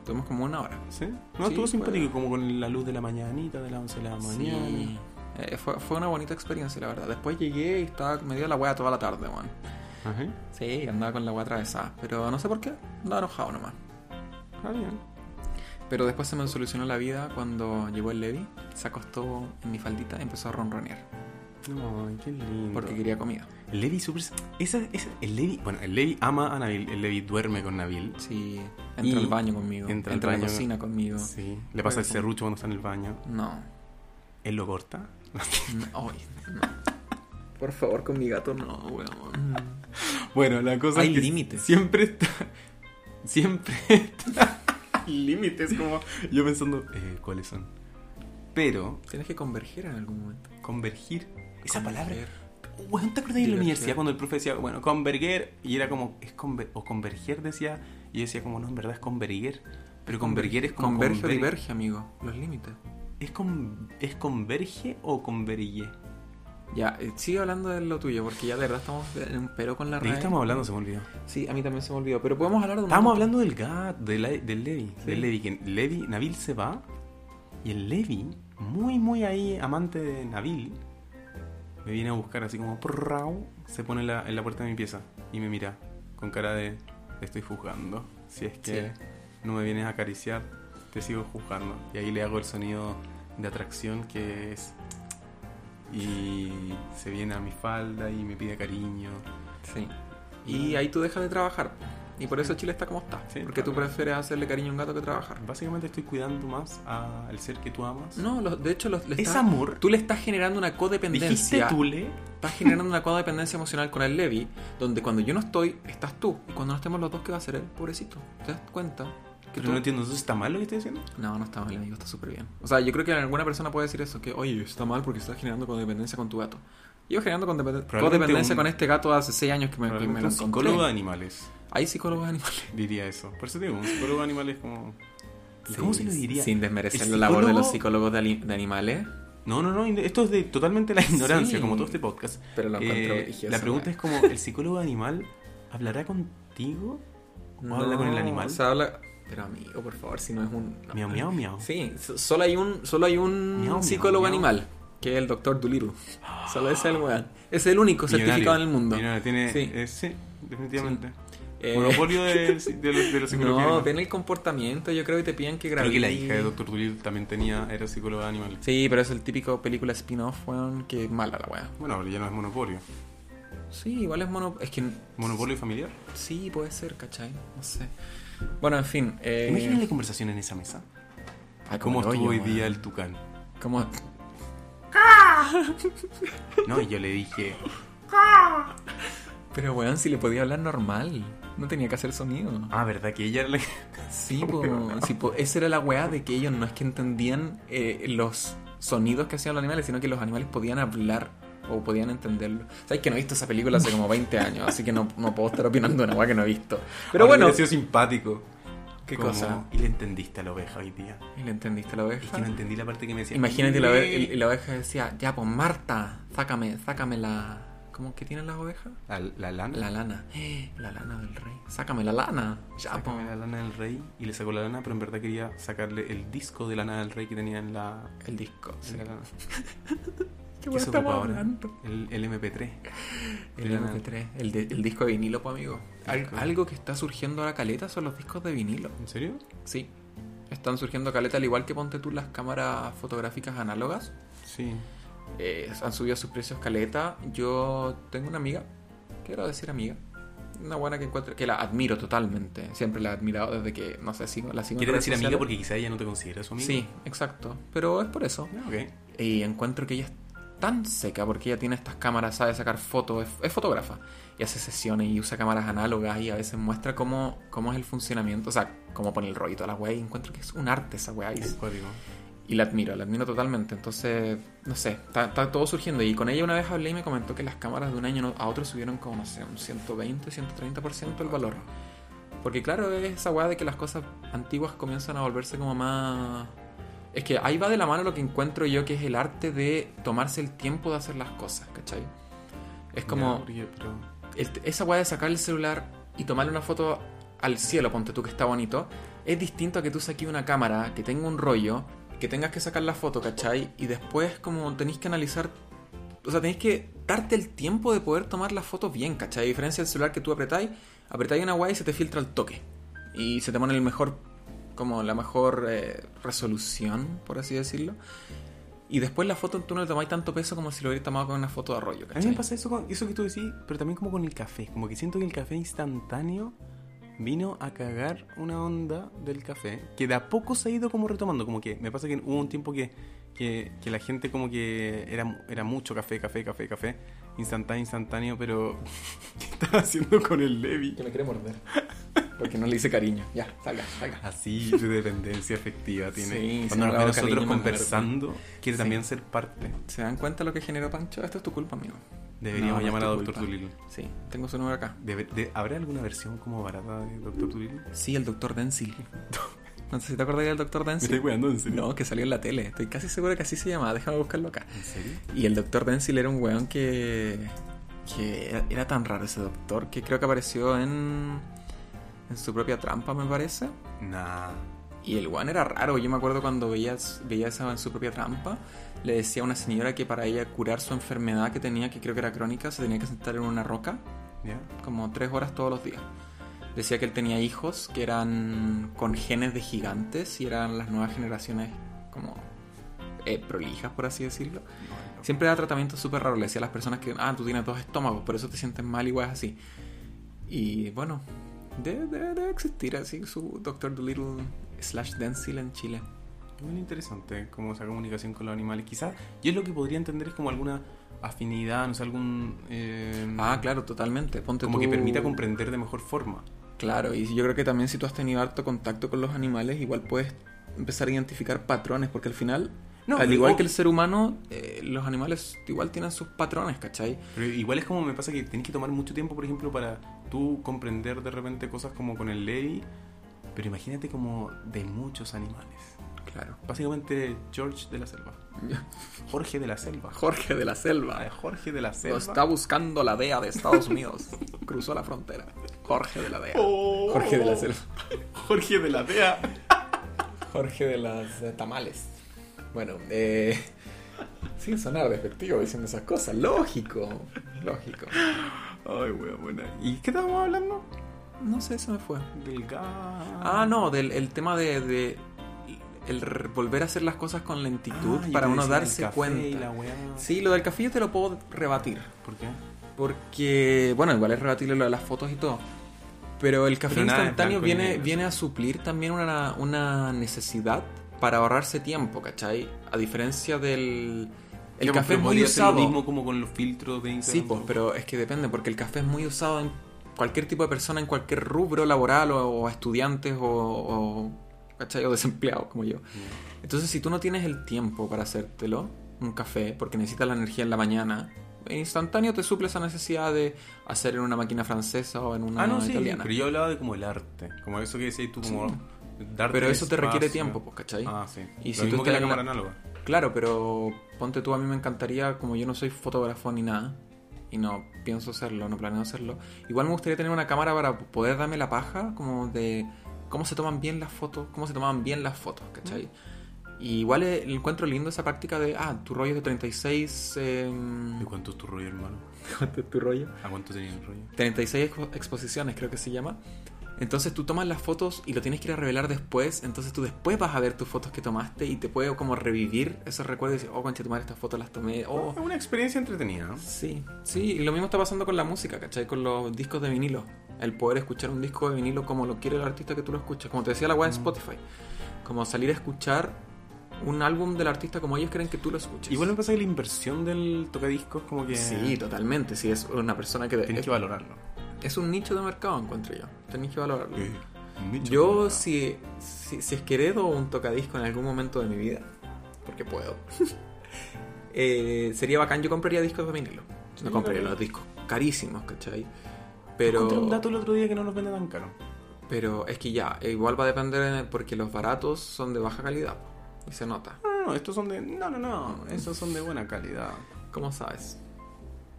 S2: Tuvimos como una hora.
S1: ¿Sí? No,
S2: Sí,
S1: estuvo
S2: fue-
S1: simpático, como con la luz de la mañanita, de las 11 de la mañana.
S2: Sí. Eh, fue, fue una bonita experiencia, la verdad. Después llegué y estaba me dio la wea toda la tarde, weón.
S1: Ajá.
S2: Sí, andaba con la wea atravesada. Pero no sé por qué, andaba enojado nomás.
S1: Ah, bien.
S2: Pero después se me solucionó la vida cuando llegó el Levi, se acostó en mi faldita y empezó a ronronear.
S1: Ay, qué lindo.
S2: Porque quería comida.
S1: El Levi super. Esa, esa, el Levi. Bueno, el Levi ama a Nabil. El Levi duerme con Nabil.
S2: Sí, entra
S1: Y
S2: al baño conmigo,
S1: entra
S2: entra,
S1: al
S2: a la
S1: baño.
S2: cocina conmigo.
S1: Sí. Le pasa el
S2: Juega con-
S1: serrucho cuando está en el baño.
S2: No,
S1: Él lo corta.
S2: no, ay, no. Por favor, con mi gato no, weón. mm.
S1: Bueno, la cosa
S3: Hay
S1: es que
S3: límites.
S1: siempre está. Siempre está. límites, como yo pensando, eh, ¿cuáles son? Pero,
S2: Tienes que converger en algún momento.
S1: convergir. Esa palabra.
S2: Converger.
S1: Weón, ¿te acordás de la
S2: Diverger.
S1: universidad cuando el profe decía, bueno, converger? Y era como, es conver- o converger decía, y yo decía como, no, en verdad es converger. Pero converger es como.
S2: Converge o
S1: conver-
S2: diverge, amigo. Los límites.
S1: ¿Es, con- ¿Es converge o converge?
S2: Ya, eh, sigue hablando de lo tuyo, porque ya de verdad estamos en un pero con la
S1: ¿De qué
S2: raíz.
S1: estamos hablando? Se me olvidó.
S2: Sí, a mí también se me olvidó, pero podemos hablar de un
S1: Estábamos
S2: montón-
S1: hablando del GAT, del, del Levi.
S2: Sí.
S1: Del Levi, que Levi, Nabil se va. Y el Levi, muy, muy ahí, amante de Nabil, me viene a buscar así como. prrrrau, Se pone en la, en la puerta de mi pieza y me mira con cara de. Te estoy juzgando. Si es que
S2: Sí.
S1: no me vienes a acariciar, te sigo juzgando. Y ahí le hago el sonido de atracción que es. Y se viene a mi falda y me pide cariño.
S2: Sí. Y ahí tú dejas de trabajar. Y por eso Chile está como está.
S1: Mm. Sí,
S2: porque tú
S1: claro.
S2: prefieres hacerle cariño a un gato que trabajar.
S1: Básicamente estoy cuidando más al ser que tú amas.
S2: No, los- de hecho, los, le
S1: ¿Es
S2: estás-
S1: amor?
S2: Tú le estás generando una codependencia.
S1: ¿Dijiste Tule?
S2: Estás generando una codependencia emocional con el Levi, donde cuando yo no estoy, estás tú. Y cuando no estemos los dos, ¿qué va a hacer él? Pobrecito. ¿Te das cuenta? Que
S1: Pero
S2: tú-
S1: no entiendo, ¿eso está mal lo que estoy diciendo?
S2: No, no está mal, amigo, está súper bien. O sea, yo creo que alguna persona puede decir eso, que oye, está mal porque estás generando codependencia con tu gato. Llevo generando condepen-
S1: Probablemente
S2: codependencia
S1: un-
S2: con este gato hace 6 años que me, que me
S1: Probablemente
S2: lo
S1: un psicólogo de
S2: encontré.
S1: animales
S2: Hay psicólogos animales.
S1: diría eso. Por eso digo, un psicólogo de animales como...
S2: Sí,
S1: ¿Cómo se lo diría?
S2: Sin desmerecer
S1: ¿El
S2: la labor de
S1: psicólogo?
S2: los psicólogos de, ali- de animales.
S1: No, no, no, esto es de totalmente la ignorancia,
S2: Sí.
S1: como todo este podcast.
S2: Pero lo encuentro
S1: Eh,
S2: brígido,
S1: La
S2: esa
S1: pregunta
S2: weá.
S1: es como, ¿el psicólogo animal hablará contigo? ¿O habla con el animal?
S2: O sea, habla... Pero amigo, por favor, si no es un...
S1: miau, miau, miau.
S2: Sí, so- solo hay un, solo hay un
S1: Miau, miau,
S2: psicólogo
S1: miau. Ah.
S2: animal, que es el doctor Dolittle. Solo ese es el weón. Es el único certificado en el mundo.
S1: Millonario, tiene...
S2: Sí.
S1: Sí, sí definitivamente.
S2: Eh,
S1: Monopolio de, de los, de los psicólogos
S2: No,
S1: animales.
S2: ven el comportamiento, yo creo que te piden que grabes.
S1: Creo que la hija de Dr. Dolittle también tenía, era psicóloga de animales.
S2: Sí, pero es el típico película spin-off, weón, que mala la weá.
S1: Bueno, pero ya no es monopolio.
S2: Sí, igual es mono... Es que...
S1: ¿Monopolio familiar?
S2: Sí, puede ser, ¿cachai? No sé. Bueno, en fin. Eh...
S1: Imagina la conversación en esa mesa.
S2: Ay, como
S1: ¿Cómo
S2: el
S1: estuvo hoy
S2: hoyo, weón.
S1: día el tucán?
S2: Como...
S1: No, y yo le dije,
S2: Pero, weón, si le podía hablar normal. No tenía que hacer sonido.
S1: ah, ¿verdad que ella era la que-?"
S2: Sí, po, sí, po. esa era la weá de que ellos no es que entendían eh, los sonidos que hacían los animales, sino que los animales podían hablar o podían entenderlo. Sabes que no he visto esa película hace como 20 años, así que no, no puedo estar opinando de una weá que no he visto. Pero
S1: Ahora
S2: bueno,
S1: hubiera sido simpático.
S2: ¿qué
S1: Como,
S2: cosa?
S1: Y le entendiste a la oveja hoy día.
S2: ¿Y le entendiste a la
S1: Es
S2: oveja?
S1: que no entendí la parte que me decía.
S2: Imagínate, la, ove-
S1: "Ey".
S2: el- la oveja decía, ya, pues Marta, sácame, sácame la... ¿Cómo que tienen las ovejas?
S1: La, la lana.
S2: La lana. Eh, La lana del rey. Sácame la lana. Ya, pues. po.
S1: Sácame la lana del rey y le sacó la lana, pero en verdad quería sacarle el disco de lana del rey que tenía en la.
S2: El disco.
S1: en la lana.
S2: ¿Qué
S1: ¿Qué
S2: weá
S1: se
S2: estamos
S1: ocupa ahora?
S2: hablando?
S1: El, el MP3.
S2: El MP3, el, de- el disco de vinilo, pues amigo. Al- algo que está surgiendo a la caleta son los discos de vinilo.
S1: ¿En serio?
S2: Sí. Están surgiendo a caleta, al igual que ponte tú las cámaras fotográficas análogas.
S1: Sí.
S2: Eh, han subido sus precios caleta. Yo tengo una amiga, quiero decir amiga, una buena que encuentro, que la admiro totalmente. Siempre la he admirado desde que, no sé, sigo, la sigo en
S1: Quiere
S2: redes
S1: decir amiga
S2: sociales.
S1: porque quizá ella no te considera su amiga.
S2: Sí, exacto. Pero es por eso.
S1: Ah, ok.
S2: Y encuentro que ella es tan seca porque ella tiene estas cámaras, sabe sacar fotos, es, es fotógrafa y hace sesiones y usa cámaras análogas y a veces muestra cómo, cómo es el funcionamiento, o sea, cómo pone el rollito a la wea y encuentro que es un arte esa wea y,
S1: Es código.
S2: y la admiro, la admiro totalmente. Entonces, no sé, está, está todo surgiendo y con ella una vez hablé y me comentó que las cámaras de un año no- a otro subieron como, no sé, un 120, 130% el valor. Porque claro, es esa weá de que las cosas antiguas comienzan a volverse como más... Es que ahí va de la mano lo que encuentro yo, que es el arte de tomarse el tiempo de hacer las cosas, ¿cachai? Es
S1: Ya,
S2: como
S1: porque- pero-
S2: el- esa weá de sacar el celular y tomarle una foto al cielo, ponte tú que está bonito, es distinto a que tú saques una cámara, que tenga un rollo, que tengas que sacar la foto, ¿cachai? Y después como tenéis que analizar, o sea, tenéis que darte el tiempo de poder tomar las fotos bien, ¿cachai? A diferencia del celular que tú apretáis, apretáis una weá y se te filtra el toque. Y se te pone el mejor, como la mejor eh, resolución, por así decirlo. Y después la foto tú no le tomáis tanto peso como si lo hubieras tomado con una foto de rollo,
S1: A
S2: ¿cachai?
S1: mí me pasa eso, con- eso que tú decís, pero también como con el café. Como que siento que el café instantáneo vino a cagar una onda del café que de a poco se ha ido como retomando. Como que me pasa que hubo un tiempo que, que, que la gente como que era, mu- era mucho café, café, café, café, instantáneo, instantáneo, pero ¿qué estaba haciendo con el Levi?
S2: Que me quiere morder. Porque no le hice cariño. Ya, salga, salga.
S1: Así de dependencia efectiva tiene.
S2: Sí, si
S1: Cuando nos
S2: no le
S1: ve
S2: hago
S1: nosotros
S2: cariño, me muerde.
S1: conversando, quiere
S2: Sí.
S1: también ser parte.
S2: ¿Se dan cuenta lo que generó Pancho? Esto es tu culpa, amigo. No,
S1: Deberíamos
S2: no
S1: llamar
S2: es
S1: a
S2: tu
S1: Doctor
S2: culpa.
S1: Dolittle.
S2: Sí, tengo su número acá.
S1: Debe- de- ¿Habrá alguna versión como barata de Doctor Dolittle?
S2: Ah,
S3: Sí, el doctor Denzil. No sé si te acuerdas del doctor
S1: Me estoy
S3: Denzil.
S1: cuidando, en serio.
S2: No, que salió en la tele. Estoy casi seguro que así se llamaba. Déjame buscarlo acá.
S1: ¿En serio?
S2: Y el doctor Denzil era un weón que. que era, era tan raro ese doctor que creo que apareció en. en su propia trampa, me parece.
S1: Nah.
S2: Y el weón era raro. Yo me acuerdo cuando veía, veía esa en su propia trampa, le decía a una señora que para ella curar su enfermedad que tenía, que creo que era crónica, se tenía que sentar en una roca
S1: ¿Ya?
S2: como tres horas todos los días. Decía que él tenía hijos que eran con genes de gigantes y eran las nuevas generaciones como eh, prolijas, por así decirlo. Siempre da tratamientos súper raros. Le decía a las personas que, ah, tú tienes dos estómagos, por eso te sientes mal y weas así. Y bueno, debe, debe- debe existir así su Doctor Dolittle slash Denzil en Chile.
S1: Es muy interesante como esa comunicación con los animales. Quizás yo lo que podría entender es como alguna afinidad, no sé, algún... eh,
S2: Ah, claro, totalmente. Ponte
S1: Como que
S2: tú-
S1: permita comprender de mejor forma.
S2: Claro, y yo creo que también si tú has tenido harto contacto con los animales, igual puedes empezar a identificar patrones, porque al final,
S1: No,
S2: al
S1: pero-
S2: igual que el ser humano, eh, los animales igual tienen sus patrones, ¿cachai?
S1: Pero igual es como me pasa que tenés que tomar mucho tiempo, por ejemplo, para tú comprender de repente cosas como con el Levi. Pero imagínate como de muchos animales.
S2: Claro.
S1: Básicamente George de la Selva. Jorge de la Selva.
S2: Jorge de la
S1: Ah,
S2: Selva
S1: Jorge de la
S2: lo
S1: Selva.
S2: está buscando la DEA de Estados Unidos. Cruzó la frontera. Jorge de la DEA.
S1: Oh.
S2: Jorge de la Selva.
S1: Jorge de la DEA.
S2: Jorge de las eh, tamales. Bueno, eh, sin sonar despectivo diciendo esas cosas. Lógico, lógico.
S1: Ay, wea, buena. ¿Y qué estábamos hablando?
S2: No sé, se me fue.
S1: Del gas.
S2: Ah, no, del el tema de, de el r- volver a hacer las cosas con lentitud
S1: Ah, yo
S2: para
S1: te
S2: uno
S1: decía del
S2: darse
S1: café y
S2: cuenta.
S1: la weá.
S2: Sí, lo del café yo te lo puedo rebatir.
S1: ¿Por qué?
S2: Porque, bueno, igual es rebatible lo de las fotos y todo. Pero el café
S1: Pero nada,
S2: instantáneo
S1: en blanco y
S2: viene,
S1: negro,
S2: viene a suplir también una, una necesidad para ahorrarse tiempo, ¿cachai? A diferencia del... El
S1: Ya,
S2: café
S1: pero
S2: es muy
S1: podría ser
S2: usado.
S1: lo mismo como con los filtros de
S2: Sí,
S1: Instagram.
S2: pues, pero es que depende, porque el café es muy usado en cualquier tipo de persona, en cualquier rubro laboral o, o estudiantes o, o, ¿cachai? o desempleados como yo.
S1: Mm.
S2: Entonces, si tú no tienes el tiempo para hacértelo, un café, porque necesitas la energía en la mañana, en instantáneo te suple esa necesidad de hacer en una máquina francesa o en una
S1: Ah, no, sí.
S2: italiana.
S1: Pero yo hablaba de como el arte. Como eso que decías tú, como darte
S2: Pero eso te requiere
S1: espacio.
S2: tiempo, pues, ¿cachai?
S1: Ah, sí.
S2: Y
S1: lo
S2: si tú
S1: mismo que
S2: estás
S1: la
S2: en la-
S1: cámara análoga.
S2: Claro, pero ponte tú, a mí me encantaría, como yo no soy fotógrafo ni nada, y no pienso hacerlo, no planeo hacerlo, igual me gustaría tener una cámara para poder darme la paja, como de cómo se toman bien las fotos, cómo se tomaban bien las fotos, ¿cachai? Y igual eh, encuentro lindo esa práctica de, ah, tu rollo es de 36...
S1: ¿De
S2: em,
S1: cuánto es tu rollo, hermano?
S2: ¿Cuánto es tu rollo?
S1: ¿A cuánto tenía el rollo?
S2: 36 expo- exposiciones, creo que se llama. Entonces tú tomas las fotos y lo tienes que ir a revelar después. Entonces tú después vas a ver tus fotos que tomaste y te puede como revivir esos recuerdos y decir, oh, concha, tomar estas fotos las tomé. Oh,
S1: Es una experiencia entretenida. ¿no?
S2: sí. Sí, y lo mismo está pasando con la música, ¿cachai? Con los discos de vinilo. El poder escuchar un disco de vinilo como lo quiere el artista que tú lo escuchas. Como te decía la web de Spotify. Como salir a escuchar un álbum del artista como ellos creen que tú lo escuches.
S1: Igual me pasa que la inversión del tocadiscos como que...
S2: Sí, totalmente. Sí, es una persona que...
S1: Tienes
S2: Es,
S1: que valorarlo.
S2: es un nicho de mercado, encuentro yo. Tenés que valorarlo.
S1: Mucho
S2: Yo
S1: valorarlo.
S2: si, si, si es que heredo un tocadisco en algún momento de mi vida, porque puedo, eh, sería bacán, yo compraría discos de vinilo.
S1: Sí,
S2: no compraría
S1: también.
S2: los discos carísimos, ¿cachai? Pero,
S1: Encontré un dato el otro día que no nos vende tan caro.
S2: pero es que ya, eh, igual va a depender eh, porque los baratos son de baja calidad y se nota.
S1: No, no, no, estos son de... No, no, no, estos son de buena calidad.
S2: ¿Cómo sabes?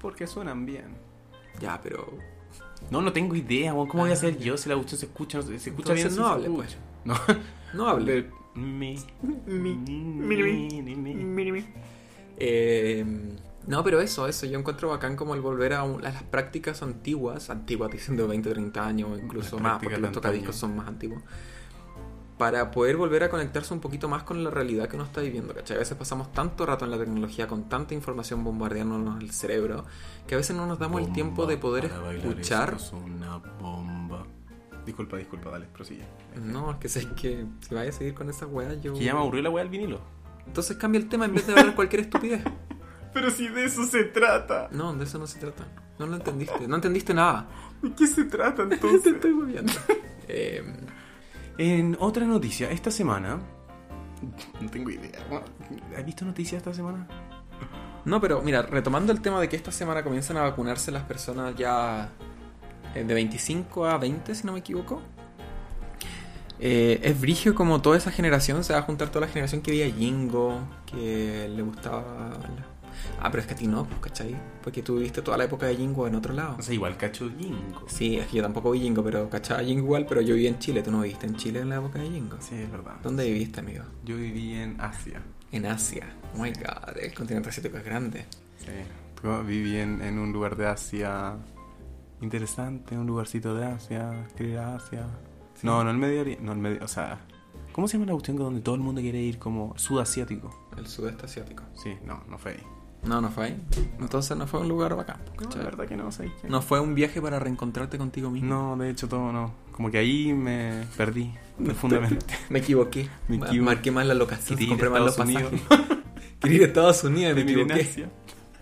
S1: Porque suenan bien.
S2: Ya, pero...
S1: No, no tengo idea, weón. ¿Cómo voy a hacer yo si la cuestión se escucha? no se- ¿Se escucha
S2: Entonces
S1: Ah, bien?
S2: no
S1: sí, se
S2: hable, pues.
S1: escucha.
S2: No hable.
S1: No. Mi.
S2: Mi.
S1: Mi. Mi. Mi.
S2: Eh, no, pero eso, eso, yo encuentro bacán como el volver a, un- a las prácticas antiguas, antiguas diciendo 20, 30 años, incluso
S1: Las
S2: más,
S1: prácticas
S2: porque
S1: de
S2: los tocadiscos
S1: antaño.
S2: son más antiguos, para poder volver a conectarse un poquito más con la realidad que uno está viviendo, ¿cachai? A veces pasamos tanto rato en la tecnología, con tanta información bombardeándonos el cerebro, que a veces no nos damos el tiempo de poder escuchar.
S1: una bomba. Disculpa, disculpa, dale, prosigue.
S2: No, es que sé que si vaya a seguir con esa weá, yo.
S1: Que ya me aburrió la weá del vinilo.
S2: Entonces cambia el tema en vez de hablar cualquier estupidez.
S1: Pero si de eso se trata.
S2: No, de eso no se trata. No lo entendiste. No entendiste nada. Em,
S1: ¿De qué se trata
S2: Te estoy moviendo.
S1: En otra noticia, esta semana. No tengo idea. ¿Has visto noticias esta semana?
S2: no, pero mira, retomando el tema de que esta semana comienzan a vacunarse las personas ya eh, de 25 a 20, si no me equivoco. Eh, es brigio como toda esa generación, se va a juntar toda la generación que veía Jingo, que le gustaba... la- Ah, pero es que a ti no, pues, ¿cachai? Porque tú viviste toda la época de Jingo en otro lado.
S1: O sea, igual cacho Jingo.
S2: Sí, es que yo tampoco vi Jingo, pero cachaba Jingo igual, pero yo viví en Chile, tú no viviste en Chile en la época de Jingo.
S1: Sí, es verdad.
S2: ¿Dónde viviste, amigo?
S1: Yo viví en Asia.
S2: En Asia. Oh my god, el continente asiático es grande.
S1: Sí. Yo Viví en, en un lugar de Asia interesante, un lugarcito de Asia, que era Asia. No, no el Medio Oriente, no el Medio, o sea, ¿cómo se llama la cuestión que donde todo el mundo quiere ir como sudasiático?
S2: El sudeste asiático.
S1: Sí, no, no fue ahí.
S2: No, no fue ahí. Entonces no fue un lugar bacán.
S1: No,
S2: ¿cachai?
S1: la verdad que no, sé.
S2: No fue un viaje para reencontrarte contigo mismo.
S1: No, de hecho todo no. Como que ahí me perdí profundamente.
S2: Me equivoqué.
S1: Me
S2: Ma-
S1: equivoqué.
S2: Marqué mal la locación.
S1: Quería ir a
S2: Compré mal los
S1: Estados
S2: pasajes.
S1: Unidos.
S2: Quería ir a Estados Unidos y me
S1: Terminé en
S2: equivoqué.
S1: Asia.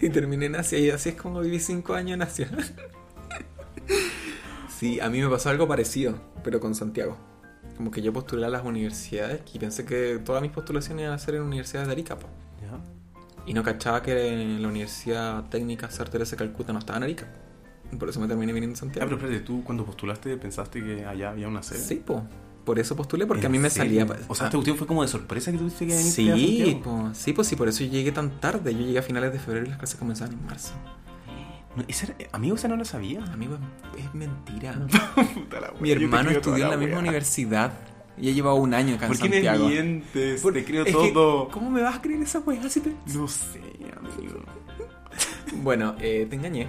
S2: Y terminé en Asia y así es como viví cinco años en Asia. sí, a mí me pasó algo parecido, pero con Santiago. Como que yo postulé a las universidades y pensé que todas mis postulaciones iban a ser en universidades de Arica. po.
S1: ¿Ya?
S2: Y no cachaba que en la Universidad Técnica Sar Teresa de Calcuta no estaba en Arica. Por eso me terminé viniendo a
S1: Ah,
S2: Santiago.
S1: pero espérate, ¿tú cuando postulaste pensaste que allá había una sede?
S2: Sí, po. Por eso postulé, porque a
S1: ¿En
S2: mí me
S1: serio?
S2: salía... pa-
S1: O sea, esta cuestión fue como de sorpresa que tuviste que venir.
S2: Sí, po, sí, pues sí, por eso llegué tan tarde. Yo llegué a finales de febrero y las clases comenzaban en marzo.
S1: amigo, esa no la sabía.
S2: Amigo, es mentira.
S1: Puta la wea,
S2: Mi
S1: yo te
S2: hermano
S1: creo toda
S2: estudió en la
S1: wea.
S2: misma universidad y ya llevaba un año acá en
S1: ¿Por qué
S2: Santiago.
S1: me mientes? Te creo
S2: Es que,
S1: todo.
S2: ¿Cómo me vas a creer esa weá? Si te-
S1: No sé, amigo.
S2: Bueno, eh, te engañé.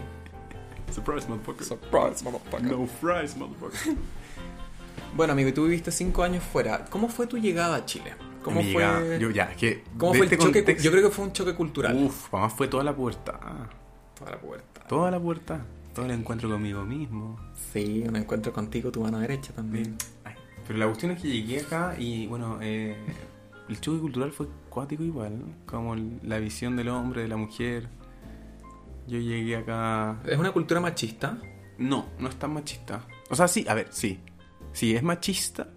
S1: Surprise, motherfucker.
S2: Surprise, motherfucker.
S1: No fries, motherfucker.
S2: Bueno, amigo, y tú viviste cinco años fuera. ¿Cómo fue tu llegada a Chile? ¿Cómo
S1: Mi
S2: fue,
S1: llegada- Yo ya, es que.
S2: ¿cómo
S1: de
S2: fue
S1: este
S2: el choque? cu-
S1: contexto- Uh.
S2: Yo creo que fue un choque cultural.
S1: Uf, para más fue toda la puerta. Ah,
S2: Toda la puerta.
S1: Toda la puerta. Todo el encuentro conmigo mismo.
S2: Sí, un encuentro contigo, tu mano derecha también.
S1: Ay, Pero la cuestión es que llegué acá y bueno, eh, el choque cultural fue cuático igual, ¿no? como el- la visión del hombre, de la mujer. Yo llegué acá...
S2: Es una cultura machista.
S1: No, no es tan machista. O sea, sí, a ver, sí. Sí, es machista,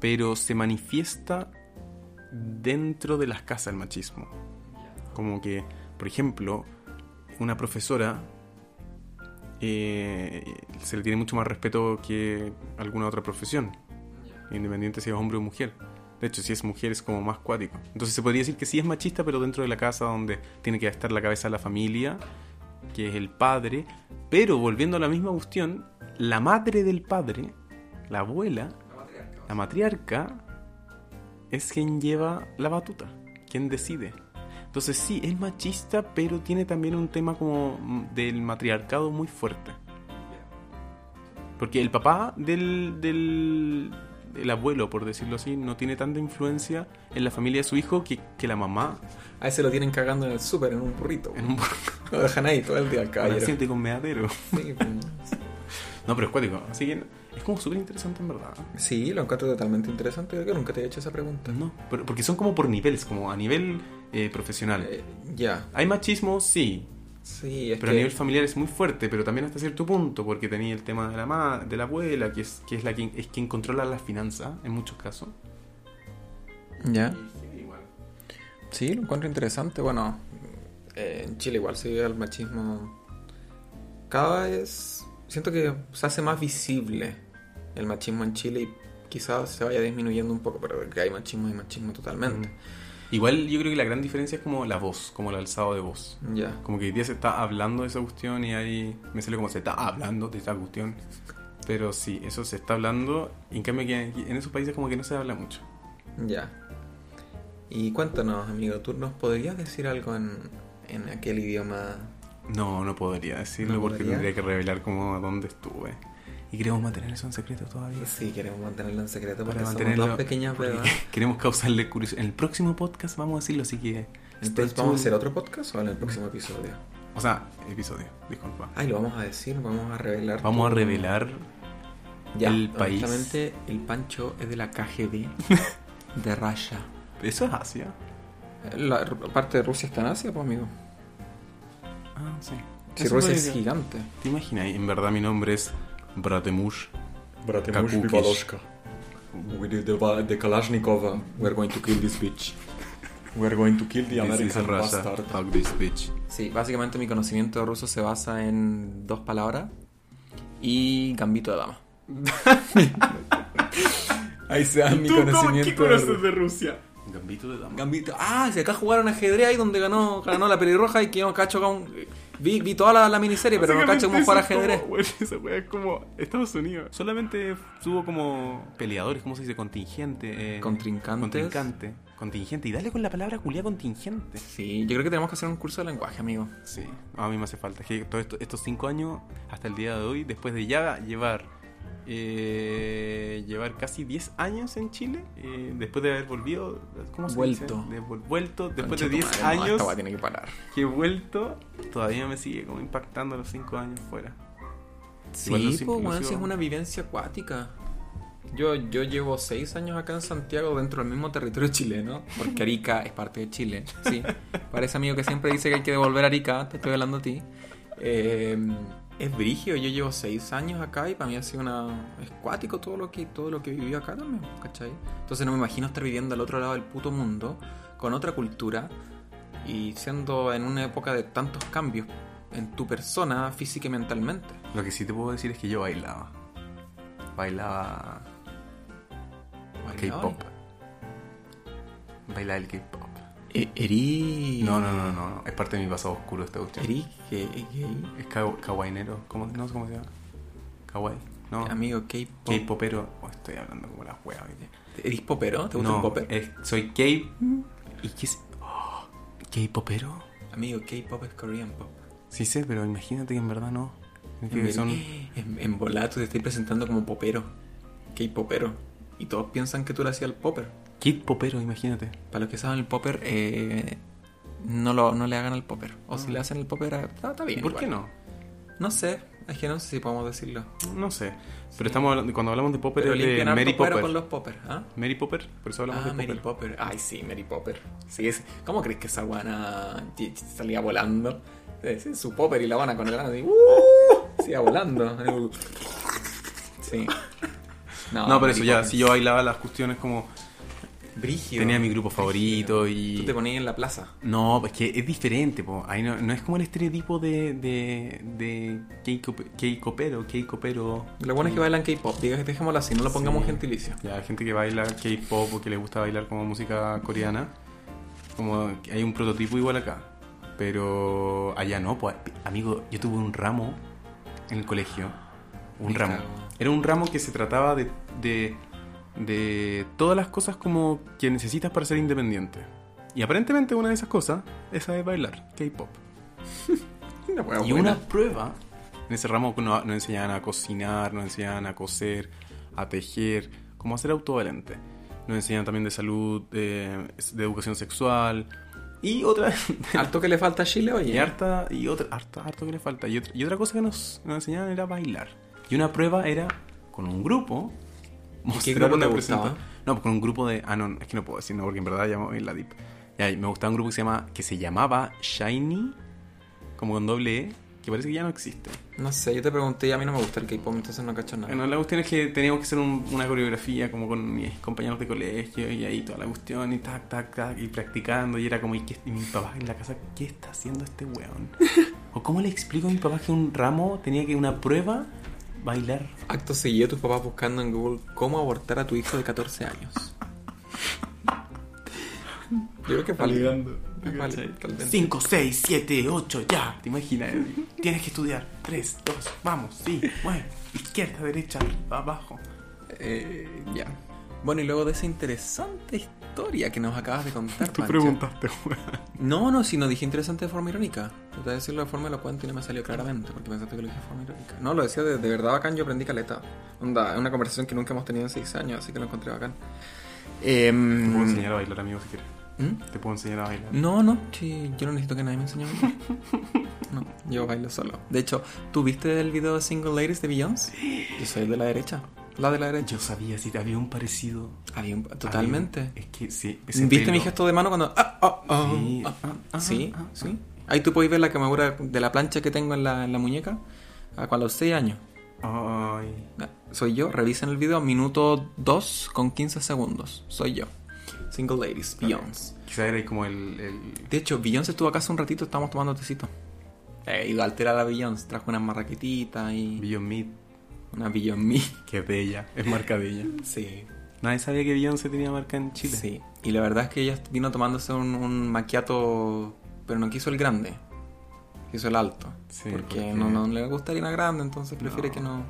S1: pero se manifiesta dentro de las casas el machismo. Como que, por ejemplo, una profesora eh, se le tiene mucho más respeto que alguna otra profesión, independiente si es hombre o mujer. De hecho, si es mujer es como más cuático. Entonces se podría decir que sí es machista, pero dentro de la casa donde tiene que estar la cabeza de la familia, que es el padre. Pero volviendo a la misma cuestión, la madre del padre, la abuela, la matriarca, es quien lleva la batuta, quien decide. Entonces sí, es machista, pero tiene también un tema como mm, del matriarcado muy fuerte. Porque el papá del, del, del abuelo, por decirlo así, no tiene tanta influencia en la familia de su hijo que, que la mamá
S2: A ese lo tienen cagando en el súper, en un burrito.
S1: en un
S2: Lo dejan ahí todo el día, caballero.
S1: siente con meadero.
S2: Sí, pues.
S1: No, pero es cuático. Así que es como súper interesante en verdad.
S2: Sí, lo encuentro totalmente interesante. Yo nunca te he hecho esa pregunta.
S1: No, pero- porque son como por niveles, como a nivel eh, profesional.
S2: Eh, ya.
S1: Hay machismo, sí,
S2: Sí, es
S1: pero a
S2: que
S1: nivel familiar es muy fuerte, pero también hasta cierto punto, porque tenía el tema de la ma de la abuela, que es, que es la quien, es quien controla las finanzas en muchos casos.
S2: Ya. Sí, lo encuentro interesante. Bueno, eh, en Chile igual se vive el machismo. Cada vez siento que se hace más visible el machismo en Chile y quizás se vaya disminuyendo un poco, pero que hay machismo y machismo totalmente.
S1: Igual yo creo que la gran diferencia es como la voz, como el alzado de voz.
S2: Ya.
S1: Como que hoy día se está hablando de esa cuestión y ahí me sale como se está hablando de esa cuestión. Pero sí, eso se está hablando. y en cambio, que aquí- en esos países como que no se habla mucho.
S2: Ya. Y cuéntanos, amigo, ¿tú nos podrías decir algo en, en aquel idioma?
S1: No, no podría decirlo
S2: ¿No
S1: porque
S2: podría?
S1: tendría que revelar como a dónde estuve. Y queremos mantener eso en secreto todavía.
S2: Sí, queremos mantenerlo en secreto
S1: Para
S2: porque somos
S1: mantenerlo-
S2: dos pequeñas
S1: porque
S2: bebas.
S1: Queremos causarle curiosidad. En el próximo podcast vamos a decirlo, así que.
S2: Entonces,
S1: stay
S2: ¿vamos a hacer
S1: tuned.
S2: otro podcast o en el próximo episodio?
S1: O sea, episodio, disculpa.
S2: Ay, lo vamos a decir, vamos a revelar.
S1: Vamos a
S2: tu-
S1: revelar
S2: Ya,
S1: el país.
S2: honestamente, el Pancho es de la KGB.
S3: de Russia.
S1: Eso es Asia.
S2: La r- parte de Rusia está en Asia, pues, amigo.
S1: Ah, sí.
S2: Si
S1: Eso
S2: Rusia es
S1: podría-
S2: gigante.
S1: ¿Te imaginas? En verdad mi nombre es Bratemush.
S4: Bratemush
S1: Kakukish.
S4: Vivaloshka. We did the, va- the Kalashnikov. We're going to kill this bitch. We're going to kill the
S1: This is
S4: American
S1: Russia.
S4: bastard.
S1: Fuck this bitch.
S2: Sí, básicamente mi conocimiento de ruso se basa en dos palabras y gambito de dama. Ahí se da mi conocimiento. de ruso.
S1: de Rusia? Gambito de dama.
S2: Gambito. Ah, si acá jugaron ajedrez ahí donde ganó, ganó la pelirroja y que yo no cacho con. Vi, vi toda la, la miniserie, pero no cacho cómo jugar ajedrez.
S1: esa wea es como Estados Unidos. Solamente tuvo como peleadores, ¿cómo se dice? Contingente. eh,
S2: Contrincantes.
S1: Contrincante. Contingente. Y dale con la palabra culia contingente.
S2: Sí, yo creo que tenemos que hacer un curso de lenguaje, amigo.
S1: Sí, a mí me hace falta. Que todo esto- estos cinco años, hasta el día de hoy, después de ya llevar eh, llevar casi 10 años en Chile, eh, después de haber volvido, ¿cómo se
S2: Vuelto.
S1: dice? De vol- vuelto, después
S2: Concha
S1: de
S2: tu
S1: 10
S2: madre, no,
S1: años
S2: esta weá tiene que parar.
S1: que he vuelto, todavía me sigue como impactando los cinco años fuera. Igual los
S2: Sí, pues, weón,
S1: inclusivos.
S2: si es una vivencia acuática. Yo, yo llevo seis años acá en Santiago dentro del mismo territorio chileno, porque Arica es parte de Chile, sí. Para ese amigo que siempre dice que hay que devolver a Arica, te estoy hablando a ti. Eh, es brigio, yo llevo seis años acá y para mí ha sido una, es cuático todo lo que todo lo que viví acá también, ¿cachai? Entonces no me imagino estar viviendo al otro lado del puto mundo, con otra cultura, y siendo en una época de tantos cambios en tu persona, física y mentalmente.
S1: Lo que sí te puedo decir es que yo bailaba. Bailaba
S2: Bailaba.
S1: K-pop. Bailaba el K-pop.
S2: E- Eri.
S1: No, no, no, no, no, es parte de mi pasado oscuro esta cuestión.
S2: Eri, que- gay.
S1: Es ka kawainero, ¿cómo, no sé cómo se llama? Kawaii, no.
S2: Amigo, K-pop.
S1: K-popero, Oh, estoy hablando como las weas. hoy día.
S2: ¿Eres popero? ¿Te gusta
S1: No, eh.
S2: el popper?
S1: es- soy K. ¿Y qué es? Oh, ¿K-popero?
S2: Amigo, K-pop es Korean pop.
S1: Sí sé, pero imagínate que en verdad no. Es que
S2: En,
S1: son-
S2: en, en volá tú te estoy presentando como popero. K-popero. Y todos piensan que tú le hacías el popper.
S1: Kid popero, imagínate.
S2: Para los que saben el popper, eh, no, lo, no le hagan al popper. O si
S1: Mm.
S2: le hacen el popper, ah, está, está bien.
S1: ¿Por
S2: igual.
S1: qué no?
S2: No sé. Es que no sé si podemos decirlo.
S1: No sé. Pero estamos hablando, cuando hablamos de popper
S2: Pero,
S1: es de
S2: limpian harto
S1: Mary
S2: cuero
S1: Popper.
S2: con los popper. ¿ah?
S1: Mary Popper, por eso hablamos
S2: Ah,
S1: de
S2: Mary
S1: popper.
S2: Popper. Ay, sí, Mary Popper. Sí, es... ¿Cómo crees que esa guana ch- ch- salía volando? Sí, sí, su Popper y la guana con el ano así. ¡uh! Siga volando. Sí.
S1: no, pero
S2: Mary
S1: eso ya,
S2: Poppins.
S1: si yo bailaba las cuestiones como
S2: Brígido.
S1: tenía mi grupo favorito y...
S2: Tú te ponías en la plaza.
S1: No, es que es diferente, po. Ahí no, no es como el estereotipo de, de, de K-cop- K-copero, K-copero.
S2: Lo bueno es que bailan K-pop. Diga- Dejémoslo así, no lo pongamos
S1: Sí.
S2: gentilicio.
S1: Ya, hay gente que baila K-pop o que le gusta bailar como música coreana. Como que hay un prototipo igual acá. Pero allá no, pues amigo, yo tuve un ramo en el colegio. Un
S2: Me
S1: ramo.
S2: cago.
S1: Era un ramo que se trataba de, de, de todas las cosas como que necesitas para ser independiente. Y aparentemente una de esas cosas es la de bailar K-pop.
S2: Una hueá
S1: Y
S2: buena.
S1: una prueba. Ah, En ese ramo no- nos enseñaban a cocinar, nos enseñaban a coser, a tejer, cómo hacer autovalente. Nos enseñaban también de salud, eh, de educación sexual. Y otra.
S2: Harto que le falta a Chile,
S1: Y
S2: oye.
S1: harta. Y otra. Harta, harto que le falta. Y otra, y otra cosa que nos, nos enseñaban era bailar. Y una prueba era con un grupo. mostrar
S2: grupo te
S1: una
S2: gustaba?
S1: presenta- No, con un grupo de. Ah, no, es que no puedo decir, no, porque en verdad ya me voy en la deep. Ya, y me gustaba un grupo que se, llama, que se llamaba Shiny, como con doble E, que parece que ya no existe.
S2: No sé, yo te pregunté y a mí no me gusta el K-pop, entonces no cacho nada.
S1: Bueno, la cuestión es que teníamos que hacer un- una coreografía como con mis compañeros de colegio y ahí toda la cuestión y tac, tac, tac, y practicando. Y era como, ¿y, qué- y mi papá en la casa, ¿qué está haciendo este weón? ¿O cómo le explico a mi papá que un ramo tenía que una prueba bailar?
S2: Acto seguido, tus papás buscando en Google cómo abortar a tu hijo de 14 años. Yo creo que es válido. Es válido, totalmente.
S1: 5, 6, 7, 8, ya. ¿Te imaginas? eh. Tienes que estudiar. 3, 2, vamos, sí, bueno, izquierda, derecha, arriba, abajo.
S2: Eh, ya. Bueno, y luego de esa interesante historia que nos acabas de contar, Pancho.
S1: weón.
S2: No, no, si no dije interesante de forma irónica. Traté de decirlo de forma elocuente y no me salió claramente, porque pensaste que lo dije de forma irónica. No, lo decía de, de verdad bacán, yo aprendí caleta. Onda, es una conversación que nunca hemos tenido en 6 años, así que lo encontré bacán.
S1: Te puedo
S2: Em,
S1: enseñar a bailar, amigo, si quieres.
S2: ¿Mm?
S1: Te puedo enseñar a bailar.
S2: No, no, sí, yo no necesito que nadie me enseñe a bailar. No, yo bailo solo. De hecho, ¿tú viste el video de Single Ladies de Beyoncé? Yo soy de la derecha. La de la derecha.
S1: Yo sabía si había un parecido.
S2: Había un- totalmente.
S1: Había un- es que sí. ese
S2: ¿Viste
S1: pelo.
S2: mi gesto de mano cuando.? ah, ah, ah,
S1: Sí,
S2: ah,
S1: ah, ah,
S2: sí,
S1: ah,
S2: sí. Ahí tú podéis ver la quemadura de la plancha que tengo en la, en la muñeca a cuando a los 6 años.
S1: Ay.
S2: Soy yo, revisen el video, minuto 2 con 15 segundos. Soy yo. Single Ladies, Beyoncé.
S1: Quizá era como el. el-
S2: De hecho, Beyoncé estuvo acá hace un ratito, estábamos tomando tecito. Eh, He ido a alterar a Beyoncé, trajo unas marraquetitas y
S1: Beyond Meat.
S2: una Beyond Me.
S1: Que es de ella. Es marca de ella.
S2: Sí,
S1: Nadie sabía que Beyoncé tenía marca en Chile.
S2: sí. Y la verdad es que ella vino tomándose un, un maquiato, pero no quiso el grande, quiso el alto.
S1: Sí,
S2: porque
S1: porque-
S2: No, no le gusta harina grande, entonces prefiere
S1: No.
S2: que no...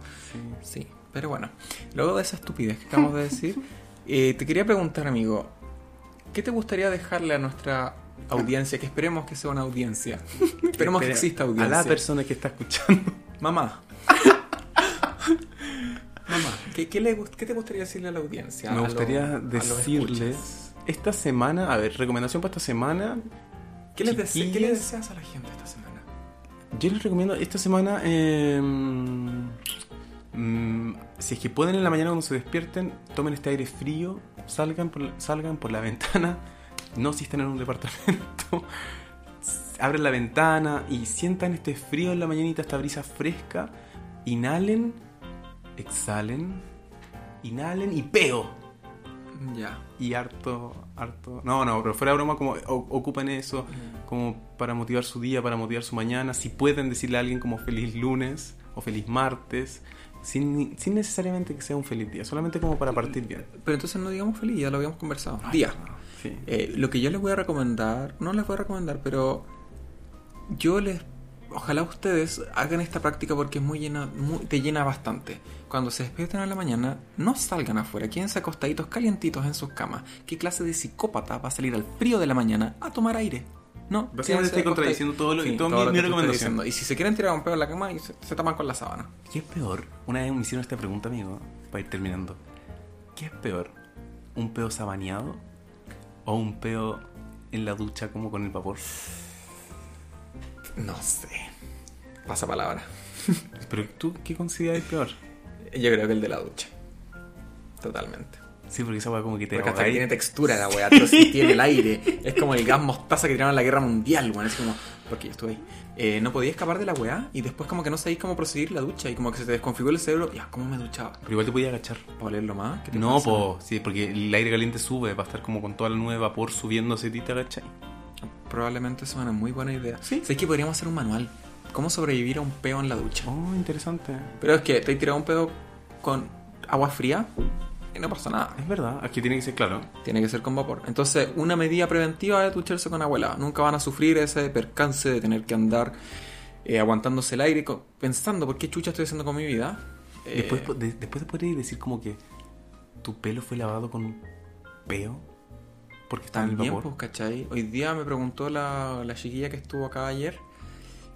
S1: Sí.
S2: Sí, pero bueno, luego de esa estupidez que acabamos de decir, eh, te quería preguntar, amigo, ¿qué te gustaría dejarle a nuestra audiencia? Que esperemos que sea una audiencia. esperemos que
S1: Espera,
S2: exista
S1: A la
S2: audiencia.
S1: persona que está escuchando.
S2: Mamá. Mamá, ¿qué, qué le, gust- qué te gustaría decirle a la audiencia?
S1: Me
S2: A lo- a
S1: gustaría
S2: los escuchas?
S1: decirles. Esta semana, a ver, recomendación para esta semana.
S2: ¿Qué les, dese- qué le
S1: Chiquillos.
S2: deseas a la gente esta semana?
S1: Yo les recomiendo esta semana, eh, mm, si es que pueden en la mañana cuando se despierten, tomen este aire frío, salgan por, salgan por la ventana, no si están en un departamento, abran la ventana y sientan este frío en la mañanita, esta brisa fresca, inhalen, exhalen, inhalen y peo.
S2: Ya.
S1: Y harto, harto... No, no, pero fuera de broma, como o- ocupen eso como para motivar su día, para motivar su mañana, si pueden decirle a alguien como feliz lunes o feliz martes, sin, sin necesariamente que sea un feliz día, solamente como para partir bien.
S2: Pero entonces no digamos feliz, ya lo habíamos conversado. Día.
S1: Sí.
S2: Eh, lo que yo les voy a recomendar, no les voy a recomendar, pero yo les, ojalá ustedes hagan esta práctica porque es muy llena, muy- te llena bastante. Cuando se despierten a la mañana, no salgan afuera, quédense acostaditos calientitos en sus camas. ¿Qué clase de psicópata va a salir al frío de la mañana a tomar aire? No,
S1: Básicamente
S2: quédense
S1: estoy
S2: acostaditos.
S1: contradiciendo todo lo- y todo mi-
S2: lo
S1: mi
S2: que te estoy
S1: recomendación.
S2: diciendo. Y si se quieren tirar un pedo en la cama, y se, se tapan con la sábana.
S1: ¿Qué es peor? Una vez me hicieron esta pregunta, amigo, para ir terminando. ¿Qué es peor? ¿Un peo sabaneado o un peo en la ducha como con el vapor?
S2: No sé. Pasa palabra.
S1: Pero tú, ¿qué consideras peor?
S2: Yo creo que el de la ducha. Totalmente.
S1: Sí, porque esa hueá como que te
S2: Porque hasta que
S1: ahogáis.
S2: tiene textura la weá, pero sí tiene el aire. Es como el gas mostaza que tiraron en la guerra mundial, weón. Es como, porque yo estuve ahí. Eh, no podía escapar de la weá y después como que no sabías cómo proseguir la ducha y como que se te desconfiguró el cerebro. Ya, ¿cómo me duchaba?
S1: Pero igual te podía agachar.
S2: ¿Para olerlo más? ¿Qué te
S1: No,
S2: pasa?
S1: po, sí, porque el aire caliente sube, va a estar como con toda la nube de vapor subiéndose y te agachai.
S2: Probablemente es una muy buena idea.
S1: Sí.
S2: Sé que podríamos hacer un manual. ¿Cómo sobrevivir a un peo en la ducha?
S1: Oh, interesante.
S2: Pero es que te he tirado un pedo con agua fría y no pasa nada.
S1: Es verdad, aquí tiene que ser claro.
S2: Tiene que ser con vapor. Entonces, una medida preventiva es ducharse con abuela. Nunca van a sufrir ese percance de tener que andar eh, aguantándose el aire, co- pensando por qué chucha estoy haciendo con mi vida. Eh,
S1: Después, po- de, después te podrías decir como que tu pelo fue lavado con peo porque estaba en el
S2: también,
S1: vapor.
S2: pues, ¿cachai? Hoy día me preguntó la, la chiquilla que estuvo acá ayer,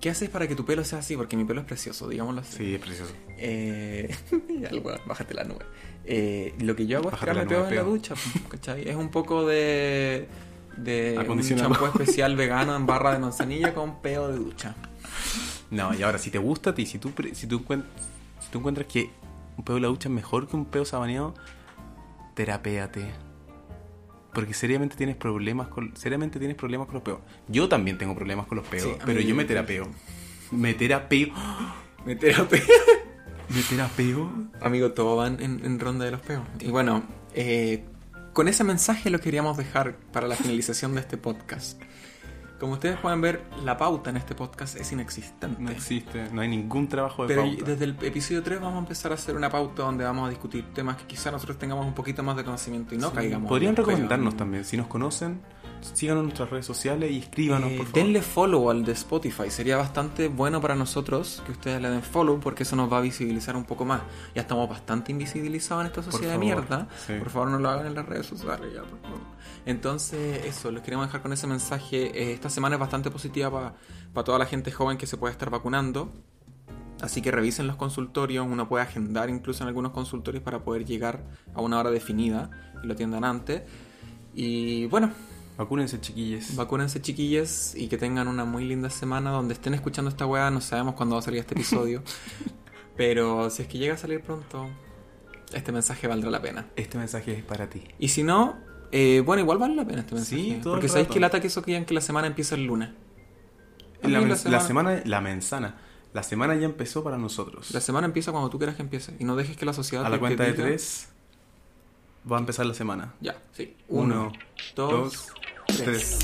S2: ¿qué haces para que tu pelo sea así? Porque mi pelo es precioso, digámoslo así.
S1: Sí, es precioso.
S2: Eh, ya, el weón, bájate la nube. Eh, lo que yo hago es
S1: Bájate
S2: tirarme
S1: la nube,
S2: peos en la
S1: peo.
S2: ducha, po, ¿cachai? Es un poco de, de un
S1: Acondicionado.
S2: champú especial vegano en barra de manzanilla con peo de ducha.
S1: No, y ahora, si te gusta, ti- si tú, pre- si, tú encuent- si tú encuentras que un peo en la ducha es mejor que un peo sabaneado, terapéate. Porque seriamente tienes problemas con seriamente tienes problemas con los peos. Yo también tengo problemas con los peos,
S2: Sí, a mí-
S1: pero yo me terapeo. Me terapeo.
S2: Me terapeo.
S1: ¿Me terapeo?
S2: Amigo, todo va en, en- en ronda de los peos. Y bueno, eh, con ese mensaje lo queríamos dejar para la finalización de este podcast. Como ustedes pueden ver, la pauta en este podcast es inexistente.
S1: No existe, no hay ningún trabajo de
S2: Pero
S1: pauta.
S2: desde el episodio 3 vamos a empezar a hacer una pauta donde vamos a discutir temas que quizá nosotros tengamos un poquito más de conocimiento y no
S1: Sí.
S2: caigamos.
S1: Podrían
S2: en los
S1: recomendarnos
S2: peos.
S1: también, si nos conocen, síganos en nuestras redes sociales y escríbanos,
S2: Eh,
S1: por favor.
S2: denle follow al de Spotify, sería bastante bueno para nosotros que ustedes le den follow porque eso nos va a visibilizar un poco más. Ya estamos bastante invisibilizados en esta sociedad de
S1: favor,
S2: mierda.
S1: sí.
S2: Por favor, no lo hagan en las redes sociales. ya, por favor. Entonces, eso, les queremos dejar con ese mensaje. Eh, esta semana es bastante positiva para toda la gente joven que se puede estar vacunando. Así que revisen los consultorios, uno puede agendar incluso en algunos consultorios para poder llegar a una hora definida y lo atiendan antes. Y bueno,
S1: Vacúnense, chiquilles.
S2: Vacúnense chiquillas y que tengan una muy linda semana. Donde estén escuchando esta weá, no sabemos cuándo va a salir este episodio. pero si es que llega a salir pronto, este mensaje valdrá la pena.
S5: Este mensaje es para ti.
S2: Y si no, eh, bueno, igual vale la pena este
S1: Sí,
S2: mensaje.
S1: todo el
S2: porque sabéis
S1: rato.
S2: que lata que eso querían que la semana empieza el lunes. A
S1: La,
S2: mí
S1: men- la semana... la mensana. La semana ya empezó para nosotros.
S2: la semana empieza cuando tú quieras que empiece. Y no dejes que la sociedad.
S1: A
S2: te-
S1: la
S2: te
S1: cuenta de
S2: diga-
S1: tres va a empezar la semana.
S2: Ya, sí.
S1: Uno, dos, tres.